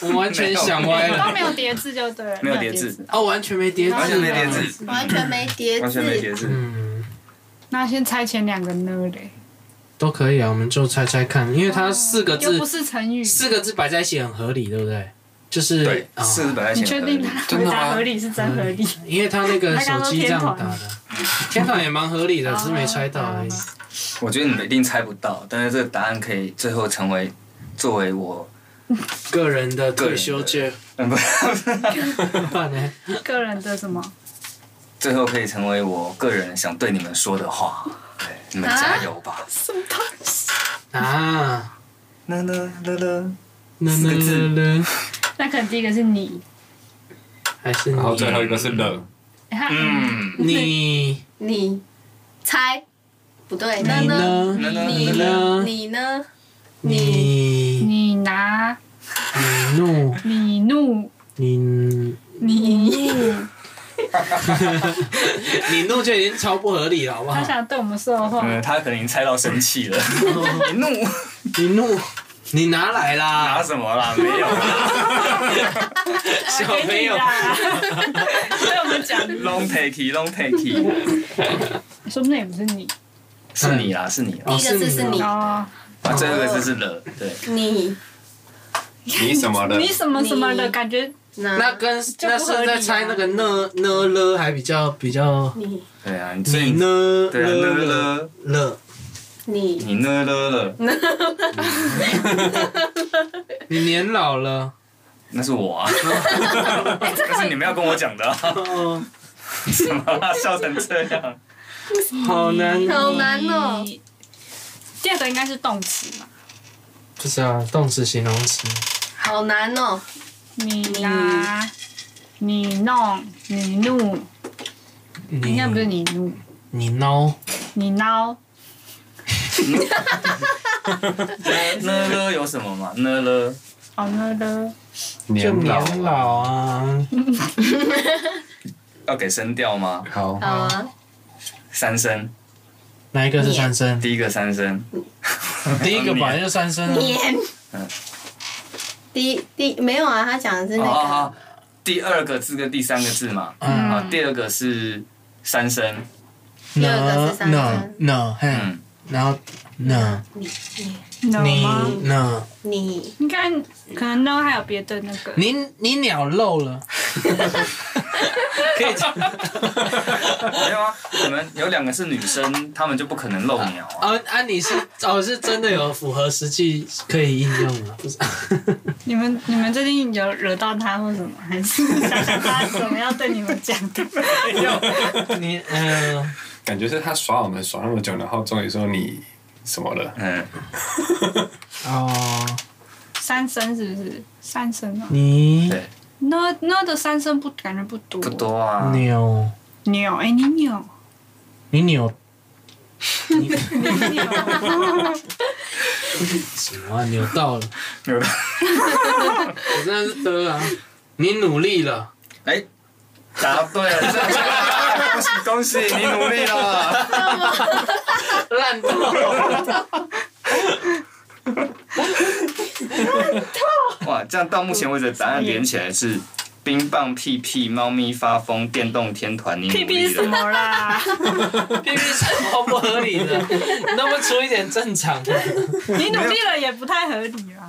Speaker 1: 我完全想歪
Speaker 3: 都
Speaker 1: 了。
Speaker 3: 没有叠字就对了，
Speaker 4: 没有叠字，
Speaker 1: 哦，完全没叠字，
Speaker 4: 完全没叠字，
Speaker 5: 完全没叠
Speaker 4: 完全没叠
Speaker 5: 字，
Speaker 4: 字。
Speaker 1: 嗯。
Speaker 3: 那先猜前两个呢嘞，
Speaker 1: 都可以啊，我们就猜猜看，因为它四个
Speaker 3: 哦又
Speaker 1: 字
Speaker 3: 不，是成语，
Speaker 1: 四个字摆在一起很合理，对不对？就是
Speaker 4: 对，
Speaker 1: 啊
Speaker 4: 四字摆在
Speaker 3: 你
Speaker 4: 前
Speaker 3: 确
Speaker 4: 面。
Speaker 3: 定他回答合理是真合 理？
Speaker 1: 因为它那个手机这样打的，天堂也蛮合理的，只是没猜到而已。
Speaker 3: 哦
Speaker 4: 我觉得你们一定猜不到，但是这个答案可以最后成为作为我，
Speaker 1: 个人的退休金，
Speaker 4: 嗯不，
Speaker 1: 怎么办呢？
Speaker 3: 个人的什么？
Speaker 4: 最后可以成为我个人想对你们说的话。对，你们加油吧！
Speaker 1: 啊，
Speaker 4: 啦啦啦啦，
Speaker 1: 那
Speaker 4: 四
Speaker 1: 那
Speaker 4: 个字
Speaker 1: 那那
Speaker 3: 那可能第一个是你，
Speaker 1: 还是
Speaker 2: 然后
Speaker 1: 你
Speaker 2: 最后一个是冷，
Speaker 4: 嗯，
Speaker 1: 你
Speaker 5: 你猜不对，呢
Speaker 1: 你
Speaker 5: 呢，
Speaker 1: 呢？
Speaker 4: 啦啦
Speaker 5: 你
Speaker 4: 啦啦，
Speaker 5: 呢，你呢，
Speaker 1: 你
Speaker 3: 你拿
Speaker 1: 你怒
Speaker 3: 你怒
Speaker 1: 你 你
Speaker 3: 你，
Speaker 1: 怒就已经超不合理了，好不
Speaker 3: 他
Speaker 1: 好？
Speaker 3: 想对我们说的话，
Speaker 4: 嗯，他可能已经猜到生气了，
Speaker 1: 嗯
Speaker 4: 你怒
Speaker 1: 你怒你拿来
Speaker 4: 拿
Speaker 1: 啦，
Speaker 4: 什么啦？没有啦
Speaker 1: 小
Speaker 3: 给
Speaker 1: 朋
Speaker 3: 你
Speaker 1: 友。
Speaker 3: 啦，对我们讲，
Speaker 4: ，long take long take，
Speaker 3: 说不定也不是你
Speaker 4: 是你啦，是你啦
Speaker 5: 第，一个字是你，
Speaker 3: 哦，
Speaker 4: 啊，最后一个字是了，对，
Speaker 5: 你
Speaker 2: 你什么冷？
Speaker 3: 你什么什么的感觉，
Speaker 5: 呢，
Speaker 1: 那跟
Speaker 3: 嗯就
Speaker 1: 那
Speaker 3: 不
Speaker 1: 是
Speaker 3: 合理啊
Speaker 1: 在猜那个呢呢了还比较比较，
Speaker 5: 你
Speaker 4: 对啊，所以
Speaker 1: 你呢
Speaker 4: 对啊
Speaker 1: 了
Speaker 4: 呢
Speaker 1: 了
Speaker 4: 了，
Speaker 1: 了，
Speaker 5: 你
Speaker 4: 你呢了了，
Speaker 1: 你年老了，
Speaker 4: 那是我啊，那是你们要跟我讲的啊，
Speaker 1: 哦，
Speaker 4: 怎么啦？笑成这样？
Speaker 1: 好难，
Speaker 5: 好难哦，
Speaker 3: 你第二个应该是动词嘛，
Speaker 1: 不是啊，动词形容词，
Speaker 5: 好难哦，
Speaker 3: 你拿你弄你怒，应
Speaker 1: 你
Speaker 3: 该不是你怒，
Speaker 1: 你孬，
Speaker 3: 你孬
Speaker 4: 呢了有什么嘛？呢了，
Speaker 3: 哦了了，
Speaker 1: 就
Speaker 2: 年老
Speaker 1: 年老啊，
Speaker 4: 要给声调吗？
Speaker 2: 好，
Speaker 5: 好啊，
Speaker 4: 三声，
Speaker 1: 哪一个是三声？
Speaker 4: 第一个三声，
Speaker 5: 嗯
Speaker 1: 第一个本来就三声啊，
Speaker 5: 年第一第一没有啊，他讲的是那
Speaker 4: 好
Speaker 5: 个。
Speaker 4: 好，第二个字跟第三个字嘛，
Speaker 1: 嗯
Speaker 4: 啊，第二个是三声，
Speaker 5: 第二个是三
Speaker 1: no
Speaker 5: 声
Speaker 1: no 嘿，
Speaker 4: 嗯，
Speaker 1: 然后 no
Speaker 5: 你
Speaker 3: 你懂
Speaker 1: 你
Speaker 3: 吗？
Speaker 1: no
Speaker 5: 你
Speaker 3: 应该可能 no 还有别的那个，
Speaker 1: 你你鸟漏了，可以
Speaker 4: 没有啊，你们有两个是女生，她们就不可能漏鸟啊，
Speaker 1: 哦啊你是哦是真的有符合实际可以应用吗？不 是
Speaker 3: 你们你们最近有惹到他或什么？还是想想他怎么样对你们讲的？
Speaker 1: 你嗯、
Speaker 4: 呃
Speaker 2: 感觉是他耍我们耍那么久，然后终于说你什么了，
Speaker 4: 嗯，
Speaker 1: 哦
Speaker 3: 三声是不是？三声啊
Speaker 1: 你
Speaker 4: 对，
Speaker 3: ，no no 的三声不感觉不多。
Speaker 4: 不。多啊，
Speaker 1: 扭
Speaker 3: 扭哎、你扭，
Speaker 1: 你扭
Speaker 3: 你扭，
Speaker 1: 什么啊扭到了，
Speaker 4: 有的，
Speaker 1: 我真的是的啊，你努力了，
Speaker 4: 哎，答对了，正确，恭喜恭喜，你努力了，
Speaker 1: 烂透了，
Speaker 4: 哇，这样到目前为止的答案连起来是冰棒屁屁、猫咪发疯、电动天团，你 努
Speaker 3: 屁屁
Speaker 4: 力
Speaker 3: 是什
Speaker 4: 了，
Speaker 3: 么啦？
Speaker 1: 偏偏是超不合理的，你能不能出一点正常的？
Speaker 3: 你努力了也不太合理啊。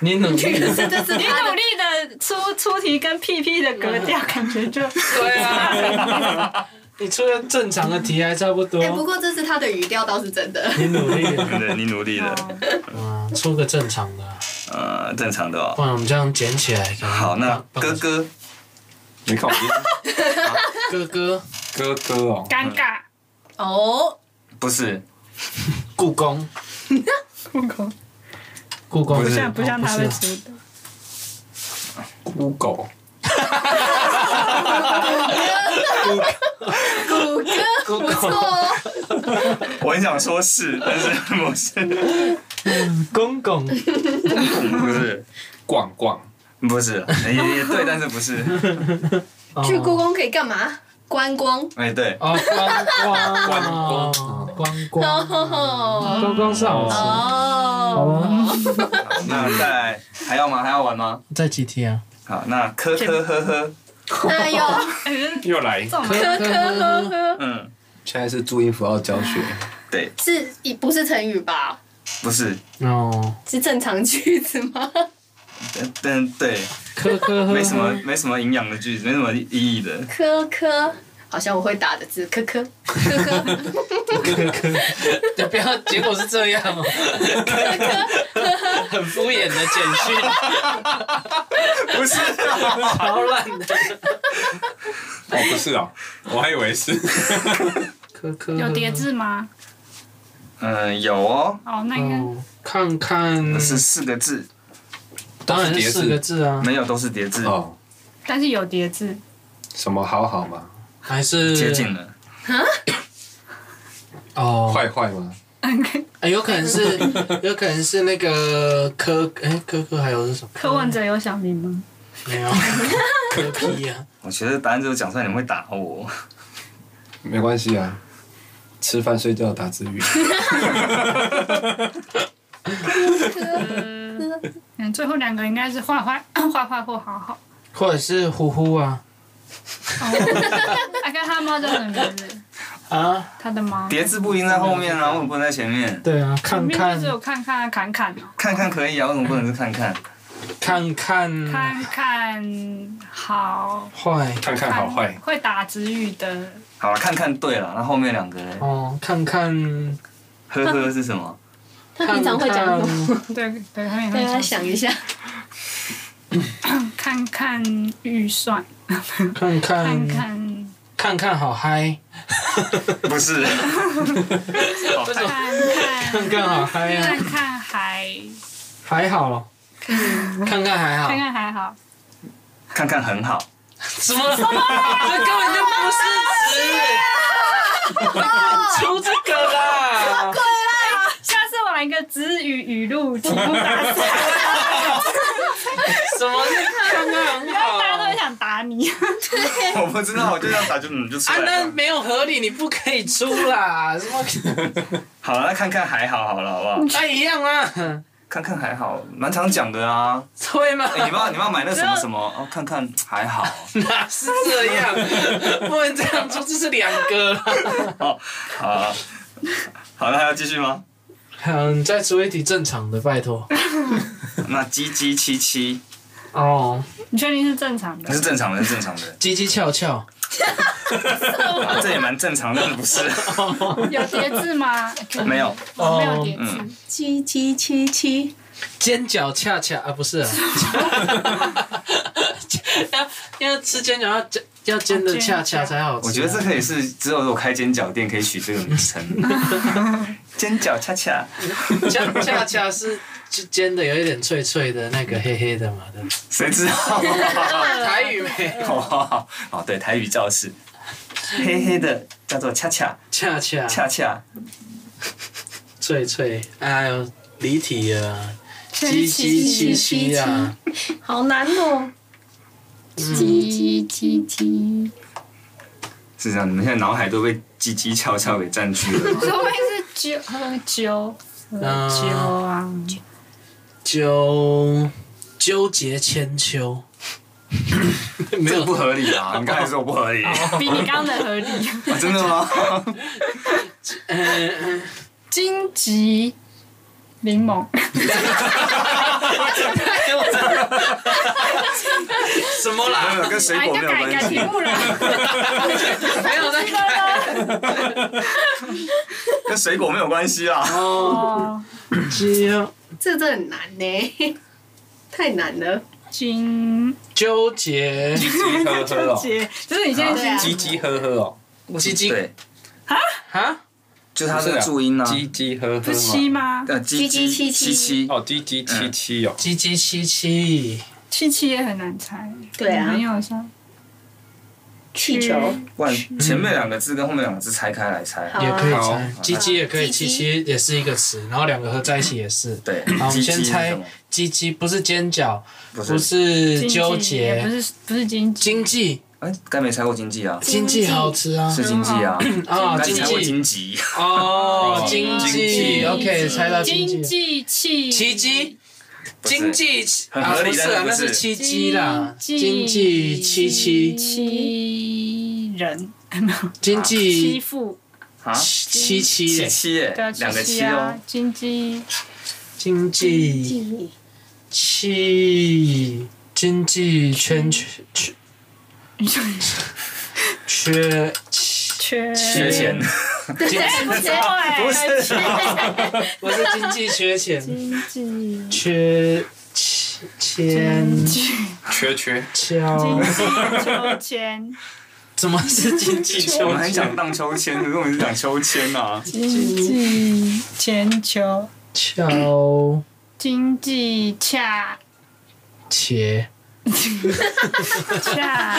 Speaker 1: 你努力了，
Speaker 5: 这是
Speaker 3: 你努力的出出题跟屁屁的格调，感觉就
Speaker 1: 对啊，你出个正常的题还差不多
Speaker 5: 哎、，不过这次他的语调倒是真的。
Speaker 1: 你努力了，
Speaker 4: 对，你努力了，
Speaker 1: 嗯，出个正常的啊，
Speaker 4: 呃，正常的哦
Speaker 1: 不。然我们这样捡起来。给你
Speaker 4: 啊好，那
Speaker 1: 帮
Speaker 4: 哥哥，
Speaker 2: 你考虑
Speaker 1: 哥哥，
Speaker 2: 哥哥哦，
Speaker 3: 尴尬。
Speaker 5: 哦，
Speaker 4: 不是，
Speaker 1: 故宫，
Speaker 3: 不公，
Speaker 1: 故宫
Speaker 4: 不
Speaker 3: 不
Speaker 4: 是
Speaker 3: 像不像他会出的。
Speaker 2: 孤狗，
Speaker 5: 谷歌
Speaker 1: 故
Speaker 5: 不错
Speaker 1: 宫，
Speaker 5: 哦，
Speaker 4: 我很想说 是，但是不是，
Speaker 1: 公公，
Speaker 4: 不是，
Speaker 2: 逛逛，
Speaker 4: 不是，也也对，但是不是，
Speaker 1: 哦
Speaker 5: 去故宫可以干嘛？观光。
Speaker 4: 哎，对，
Speaker 1: 哦，观
Speaker 2: 观
Speaker 1: 光，
Speaker 2: 光
Speaker 1: 观光，
Speaker 5: 哦
Speaker 1: 观光是好吃。
Speaker 5: 哦，
Speaker 4: 好那再来还要吗？还要玩吗？
Speaker 1: 在几题啊？
Speaker 4: 嗯好，那科科呵呵，
Speaker 5: 哎呦，
Speaker 3: 哎这
Speaker 2: 又来，
Speaker 3: 种
Speaker 5: 科科呵呵，
Speaker 4: 嗯，
Speaker 2: 现在是注音符号教学，
Speaker 4: 对，
Speaker 5: 是不是成语吧？
Speaker 4: 不是，
Speaker 1: 哦，
Speaker 5: 是正常句子吗？
Speaker 4: 但但对，
Speaker 1: 科科呵呵，
Speaker 4: 没什么没什么营养的句子，没什么意义的，
Speaker 5: 科科，好像我会打的字，科科科科
Speaker 1: 对，不要，结果是这样哦，很敷衍的简讯，
Speaker 4: 不是啊，
Speaker 1: 超烂的。
Speaker 2: 哦不是哦，我还以为 是，
Speaker 1: 科科
Speaker 3: 有叠，字吗？
Speaker 4: 嗯，有哦，
Speaker 3: 哦，那应该
Speaker 1: 哦，看看，
Speaker 4: 是四个字，
Speaker 1: 当然是四个字啊，
Speaker 4: 没有都是叠字，
Speaker 2: 哦，
Speaker 3: 但是有叠字，
Speaker 2: 什么好好吗？
Speaker 1: 还是
Speaker 4: 接近了，
Speaker 1: 哦，
Speaker 2: 坏坏吗？
Speaker 1: 哎有可能是， 有可能是那个科，哎，科科还有是什么？
Speaker 3: 柯文哲有小名吗？
Speaker 1: 没有，科批啊呀，
Speaker 4: 我觉得答案只有讲出来你们会打我，
Speaker 2: 没关系啊，吃饭睡觉打字 语，
Speaker 3: 嗯，最后两个应该是坏 坏坏坏或好好。
Speaker 1: 或者是呼呼啊
Speaker 3: 哦，啊，跟他猫叫什么名字？
Speaker 1: 啊，
Speaker 3: 他的猫。
Speaker 4: 叠字不一定在后面啊，为什么不能在前面？
Speaker 1: 对啊，
Speaker 3: 前
Speaker 1: 看
Speaker 3: 面就
Speaker 1: 看
Speaker 3: 是有看看啊侃侃哦，
Speaker 4: 看看可以啊，为什么不能是看看？
Speaker 1: 看看
Speaker 3: 看看好
Speaker 1: 坏
Speaker 2: 看看好 坏，
Speaker 3: 会打直语的
Speaker 4: 好了，看看对了，那后面两个嘞
Speaker 1: 哦，看看
Speaker 4: 呵呵是什么？
Speaker 5: 他平常会讲什么？
Speaker 3: 对对，他也
Speaker 5: 大
Speaker 3: 会
Speaker 5: 家
Speaker 3: 讲
Speaker 5: 想一下，
Speaker 3: 看看预算，
Speaker 1: 看
Speaker 3: 看
Speaker 1: 看
Speaker 3: 看
Speaker 1: 看看好嗨，
Speaker 4: 不是，
Speaker 3: 看
Speaker 1: 看
Speaker 3: 看
Speaker 1: 看好嗨
Speaker 3: 看
Speaker 1: 啊，
Speaker 3: 看还
Speaker 1: 还好，看看还好
Speaker 3: 看，看还好，
Speaker 4: 看看很好，
Speaker 1: 什么？这根本就不是词，出这个啦！
Speaker 3: 下次我来一个直语语录题目大赛，
Speaker 1: 什么刚刚很好？啊
Speaker 3: 大家都很想打你。
Speaker 4: 我不知道，我就这样打就 嗯就出
Speaker 1: 啊，
Speaker 4: 来
Speaker 1: 那
Speaker 4: 了。
Speaker 1: 没有合理，你不可以出啦！什么？
Speaker 4: 好了，那看看还好好了，好不好？
Speaker 1: 那一样啊，
Speaker 4: 看看还好，蛮常讲的啊。
Speaker 1: 会吗？
Speaker 4: 哎你 妈你妈买那什么什么哦，看看还好。
Speaker 1: 哪是这样？不能这样说，这是两个啦。
Speaker 4: 哦，好啊，好，那还要继续吗？
Speaker 1: 嗯，再出一题正常的，拜托。
Speaker 4: 那鸡鸡七七，
Speaker 1: 哦，
Speaker 3: 你确定是正常的
Speaker 4: 那？是正常的，是正常 的，
Speaker 1: 鸡鸡翘翘，
Speaker 4: 啊这也蛮正常的，但是不 是？
Speaker 3: 有叠字吗？
Speaker 4: 没有，
Speaker 3: 哦，没有叠字。
Speaker 5: 七七七七，
Speaker 1: 尖角恰恰啊，不是啊，要 要吃煎饺要煎要煎的恰恰才好吃啊、
Speaker 4: 我觉得这可以是只有我开煎饺店可以取这个名 称，煎饺恰恰。
Speaker 1: 恰恰恰是煎的有一点脆脆的那个黑黑的嘛对不对
Speaker 4: 谁知 道？
Speaker 1: 台语没有
Speaker 4: 哦，哦，对，台语教室，黑黑的叫做恰恰
Speaker 1: 恰恰
Speaker 4: 恰恰，
Speaker 1: 脆脆，哎呦离题啊了，鸡
Speaker 3: 七七
Speaker 1: 鸡七
Speaker 3: 七七
Speaker 1: 七啊，
Speaker 5: 好难
Speaker 3: 嗯
Speaker 5: 哦。
Speaker 3: 七七七七，
Speaker 4: 是这样。你们现在脑海都被叽叽悄悄给占据了吗？
Speaker 3: 说不定是九呃九呃九啊，
Speaker 1: 纠纠结千秋，没
Speaker 4: 这个
Speaker 1: 有
Speaker 4: 不合理啊！你刚才说不合理，啊
Speaker 3: 比你刚刚的合理。
Speaker 4: 真的吗？
Speaker 3: 荆棘柠檬，
Speaker 1: 什么
Speaker 4: 没
Speaker 1: 啦，
Speaker 4: 有跟水
Speaker 3: 哎，
Speaker 4: 果
Speaker 3: 要
Speaker 4: 没有
Speaker 3: 改
Speaker 4: 关
Speaker 3: 改题
Speaker 4: 系，
Speaker 3: 目了，
Speaker 1: 没有那个
Speaker 4: 跟水果没有关系啊。
Speaker 3: 아.
Speaker 1: 哦，
Speaker 3: 哦，
Speaker 1: 纠
Speaker 5: 这这很难呢，太难了。
Speaker 3: 荆
Speaker 1: 纠 结
Speaker 2: 唧唧呵呵 哦，
Speaker 3: 棘，就是你现
Speaker 5: 对
Speaker 3: 在
Speaker 5: 啊
Speaker 3: 是
Speaker 2: 唧唧呵呵哦，
Speaker 1: 鸡鸡
Speaker 4: 对，
Speaker 1: 啊，
Speaker 4: 就是它的注音啊，
Speaker 2: 唧唧呵呵
Speaker 3: 不是七
Speaker 2: 嘛。
Speaker 3: 吗？
Speaker 4: 呃，叽叽
Speaker 5: 叽叽
Speaker 4: 七
Speaker 5: 七
Speaker 4: 七
Speaker 5: 七，
Speaker 2: 哦，唧唧七七哦，
Speaker 1: 鸡鸡七七，
Speaker 3: 七七也很难猜，
Speaker 5: 对啊
Speaker 3: 很有像
Speaker 5: 气球，
Speaker 4: 万前面两个字跟后面两个字拆开来猜。
Speaker 5: 好
Speaker 1: 也可以
Speaker 2: 好
Speaker 1: 猜，鸡鸡也可以，七
Speaker 5: 鸡鸡
Speaker 1: 七也是一个词，然后两个合在一起也是。
Speaker 4: 对，
Speaker 1: 好，我们
Speaker 4: 叽
Speaker 1: 先
Speaker 4: 嗯叽是什
Speaker 1: 猜
Speaker 4: 么？
Speaker 1: 鸡鸡，不是尖角，
Speaker 4: 不
Speaker 1: 不
Speaker 4: 是，
Speaker 1: 是
Speaker 3: 荆棘
Speaker 1: 纠
Speaker 3: 也不
Speaker 1: 结，
Speaker 3: 是不是荆棘，
Speaker 1: 经济，
Speaker 4: 哎，该没猜过经济啊，
Speaker 1: 经济好吃啊，
Speaker 4: 是经济啊，
Speaker 1: 啊，
Speaker 4: 该
Speaker 1: 经
Speaker 4: 猜过
Speaker 1: 济，
Speaker 4: 荆棘。
Speaker 1: 哦，经
Speaker 2: 经
Speaker 1: 济
Speaker 2: 济
Speaker 1: ，OK，猜到经
Speaker 3: 经
Speaker 1: 济，
Speaker 3: 济器
Speaker 1: 奇迹，
Speaker 4: 不是
Speaker 1: 经济，
Speaker 4: 很
Speaker 1: 啊，
Speaker 4: 合
Speaker 1: 不
Speaker 4: 理
Speaker 1: 是
Speaker 4: 但
Speaker 1: 啊，
Speaker 4: 是不
Speaker 1: 那
Speaker 4: 是
Speaker 1: 是七七啦，
Speaker 3: 经
Speaker 1: 经济七七，
Speaker 3: 七人，
Speaker 1: 经
Speaker 3: 欺
Speaker 1: 济
Speaker 3: 负
Speaker 4: 啊，
Speaker 1: 七七
Speaker 4: 七
Speaker 1: 耶，
Speaker 4: 七耶
Speaker 3: 对啊，，
Speaker 4: 两个
Speaker 3: 七
Speaker 4: 七
Speaker 3: 七啊
Speaker 4: 哦，，
Speaker 3: 经济
Speaker 1: 经济
Speaker 5: 记
Speaker 1: 七，经济圈圈圈缺七，
Speaker 3: 缺
Speaker 4: 缺钱，
Speaker 1: 经
Speaker 3: 不
Speaker 1: 济
Speaker 3: 错哎，
Speaker 4: 不是
Speaker 1: 不是经济缺钱，
Speaker 3: 经济
Speaker 1: 缺千千
Speaker 3: 经济
Speaker 2: 缺缺
Speaker 1: 敲，
Speaker 3: 秋千，
Speaker 1: 怎么是经济
Speaker 4: 我
Speaker 1: 秋
Speaker 4: 们很想荡秋千，可是我们是讲秋千啊。
Speaker 3: 经济千秋，
Speaker 1: 敲
Speaker 3: 经济恰
Speaker 1: 切？
Speaker 3: 恰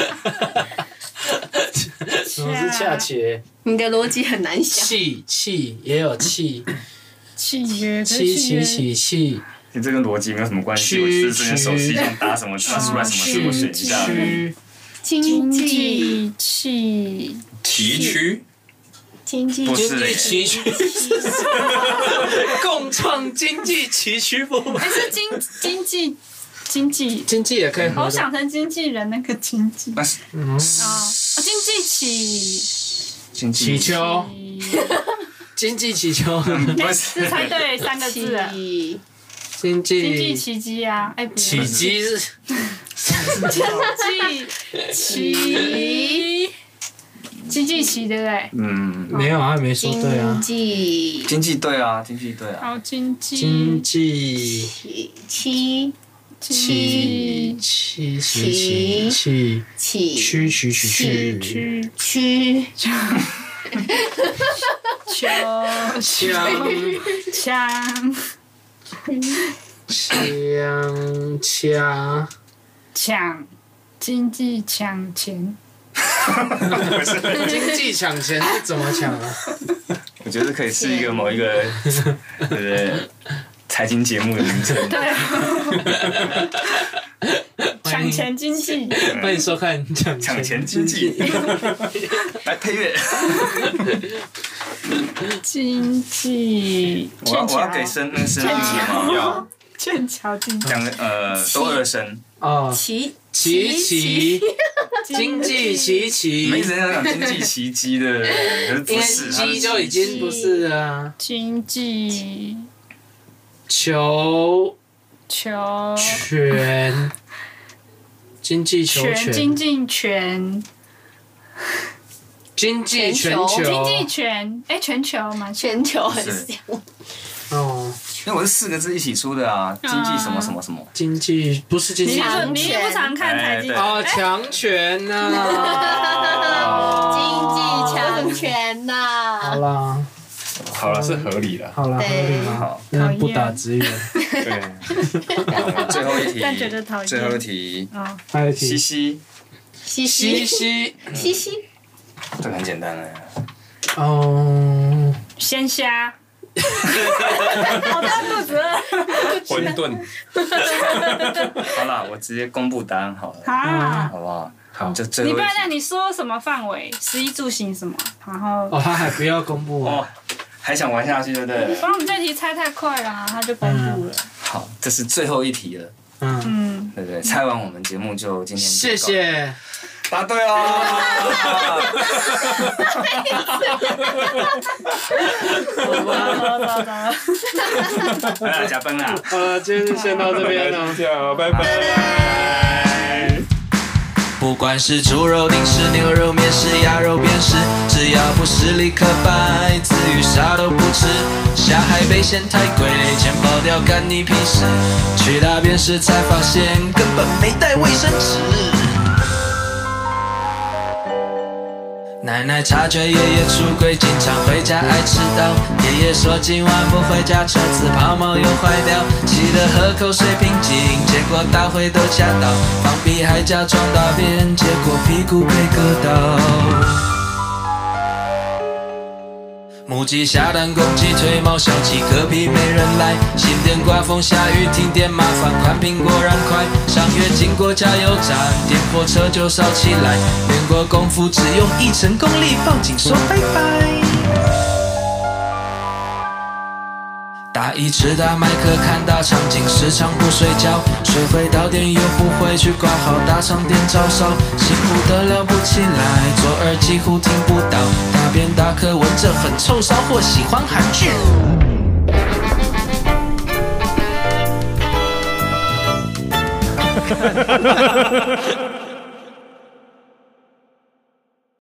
Speaker 1: 什么是恰切？
Speaker 5: 你的逻辑很难想。
Speaker 1: 气气也有气，
Speaker 3: 契约，可是
Speaker 1: 七
Speaker 3: 契约
Speaker 1: 七七气，
Speaker 4: 你这跟逻辑没有什么关系，
Speaker 1: 区
Speaker 4: 我就是之前手机上打什么字出来什么字，我选一下。
Speaker 1: 区
Speaker 5: 经
Speaker 3: 经
Speaker 5: 济
Speaker 3: 济契
Speaker 2: 崎岖
Speaker 5: 经济
Speaker 4: 不是
Speaker 1: 经济崎岖，共创经济崎岖不？
Speaker 3: 哎，是经经济经济，
Speaker 1: 经济也可以合
Speaker 3: 我
Speaker 1: 的
Speaker 3: 想成经纪人那个经济
Speaker 4: 那是
Speaker 1: 嗯
Speaker 3: 啊，哦经济起
Speaker 4: 经
Speaker 1: 祈
Speaker 4: 济，
Speaker 1: 求，经济祈求，
Speaker 4: 不
Speaker 3: 是
Speaker 4: 是
Speaker 3: 猜对三个字了，
Speaker 5: 济
Speaker 1: 经
Speaker 3: 经济
Speaker 1: 济
Speaker 3: 奇迹啊，哎，不是
Speaker 1: 奇迹是
Speaker 3: 经济奇，经济奇对不对？
Speaker 4: 嗯，
Speaker 1: 没有啊，没说对啊
Speaker 5: 经。济
Speaker 4: 经济对啊，经济对啊，
Speaker 3: 好，经
Speaker 1: 经
Speaker 3: 济
Speaker 1: 济
Speaker 5: 七
Speaker 1: 七
Speaker 5: 七
Speaker 3: 奇
Speaker 1: 七七七七
Speaker 5: 七
Speaker 1: 区区区区
Speaker 3: 去
Speaker 5: 区
Speaker 3: 秋
Speaker 1: 枪
Speaker 3: 枪
Speaker 1: 枪枪
Speaker 3: 抢经济抢钱，
Speaker 4: 不是，
Speaker 1: 经济抢钱是怎么抢啊？
Speaker 4: 我觉得可以是一个某一 个，对不对？财经节目的名称，
Speaker 3: 对，抢钱经济，
Speaker 1: 欢迎收看抢
Speaker 4: 抢钱经济，来配乐。
Speaker 3: 经济
Speaker 4: 我要
Speaker 3: 欠
Speaker 4: 我
Speaker 2: 哦
Speaker 3: 条啊
Speaker 4: 要给生那个生日礼吗？要
Speaker 3: 剑桥进
Speaker 4: 两个呃都二声，
Speaker 7: 哦，
Speaker 5: 奇
Speaker 7: 琪琪，经
Speaker 3: 经
Speaker 7: 济琪
Speaker 4: 你
Speaker 7: 琪
Speaker 4: 们一，直在讲经济奇迹的，可是不是，它
Speaker 7: 鸡
Speaker 4: 是
Speaker 7: 就已经不是了啊。
Speaker 3: 经济
Speaker 7: 球
Speaker 3: 球
Speaker 7: 权，经济球
Speaker 3: 全
Speaker 7: 权
Speaker 3: 精，进全
Speaker 7: 经济全球，
Speaker 3: 经济全哎全球嘛全
Speaker 5: 全球很像，
Speaker 7: 哦，
Speaker 4: 因为我是四个字一起出的啊，经济什么什么什么，
Speaker 7: 经济不是经
Speaker 3: 你
Speaker 7: 济
Speaker 3: 也
Speaker 5: 强
Speaker 4: 哎
Speaker 3: 不你也不常看财经
Speaker 4: 哎对
Speaker 7: 哦，强权啊呐。
Speaker 4: 哦
Speaker 5: 经济强
Speaker 7: 权。
Speaker 5: 权
Speaker 7: 好
Speaker 5: 呐。
Speaker 7: 啦，
Speaker 2: 好了，是合理的。
Speaker 7: 好啦，合
Speaker 5: 对
Speaker 7: 理啦，
Speaker 4: 好，
Speaker 7: 真的不打直言。
Speaker 2: 对，
Speaker 4: 最后一题，
Speaker 3: 但觉得讨厌
Speaker 4: 最后一题，
Speaker 3: 哦
Speaker 7: 还有一
Speaker 4: 西
Speaker 7: 题，
Speaker 4: 西，
Speaker 7: 西
Speaker 5: 嘻嘻
Speaker 7: 西，
Speaker 5: 嘻嘻，
Speaker 4: 这个很简单的，
Speaker 7: 哦，
Speaker 3: 鲜虾，好大肚子饿
Speaker 2: 馄饨
Speaker 4: 好啦，我直接公布答案好了，
Speaker 3: 啊！
Speaker 4: 好不好？
Speaker 2: 好
Speaker 4: 就最
Speaker 3: 你
Speaker 4: 后
Speaker 3: 不
Speaker 4: 一
Speaker 3: 然
Speaker 4: 题
Speaker 3: 让你说什么范围，食衣住行什么，然
Speaker 7: 哦，
Speaker 3: 后
Speaker 7: 他还不要公布哦。
Speaker 4: 哦，还想玩下去对不对
Speaker 3: 不？然我们这题猜太快了啊，他就公布了。
Speaker 4: 好，这是最后一题了，
Speaker 7: 嗯，
Speaker 3: 嗯，
Speaker 4: 对不对？猜完我们节目就今天就
Speaker 7: 谢谢。
Speaker 4: 告，答对哦，
Speaker 3: 好了好了好了
Speaker 4: 来啦加分啦。
Speaker 7: 好了，今天就先到这边 了。
Speaker 2: 这样哦，拜拜。
Speaker 1: 不管是猪肉、零食、牛肉、面食、鸭肉、扁食，只要不是立刻白，子与啥都不吃。下海被嫌太贵，钱跑掉干你屁事。去大便时才发现根本没带卫生纸。奶奶察觉爷爷出轨，经常回家爱迟到。爷爷说今晚不回家，车子抛锚又坏掉。气得喝口水平静，结果大灰都吓到。放屁还假装大便，结果屁股被割到。母鸡下蛋，公鸡腿毛，小鸡嗝屁没人来。新店刮风下雨停电，麻烦宽屏果然快。上月经过加油站，电火车就烧起来。练过功夫只用一成功力，报警说拜拜。大一吃大麦克看大场景，时常不睡觉，睡回到店又不回去挂号，大商店招烧，辛苦的了不起来，左耳几乎听不到，大便大颗闻着很臭骚，或喜欢韩剧。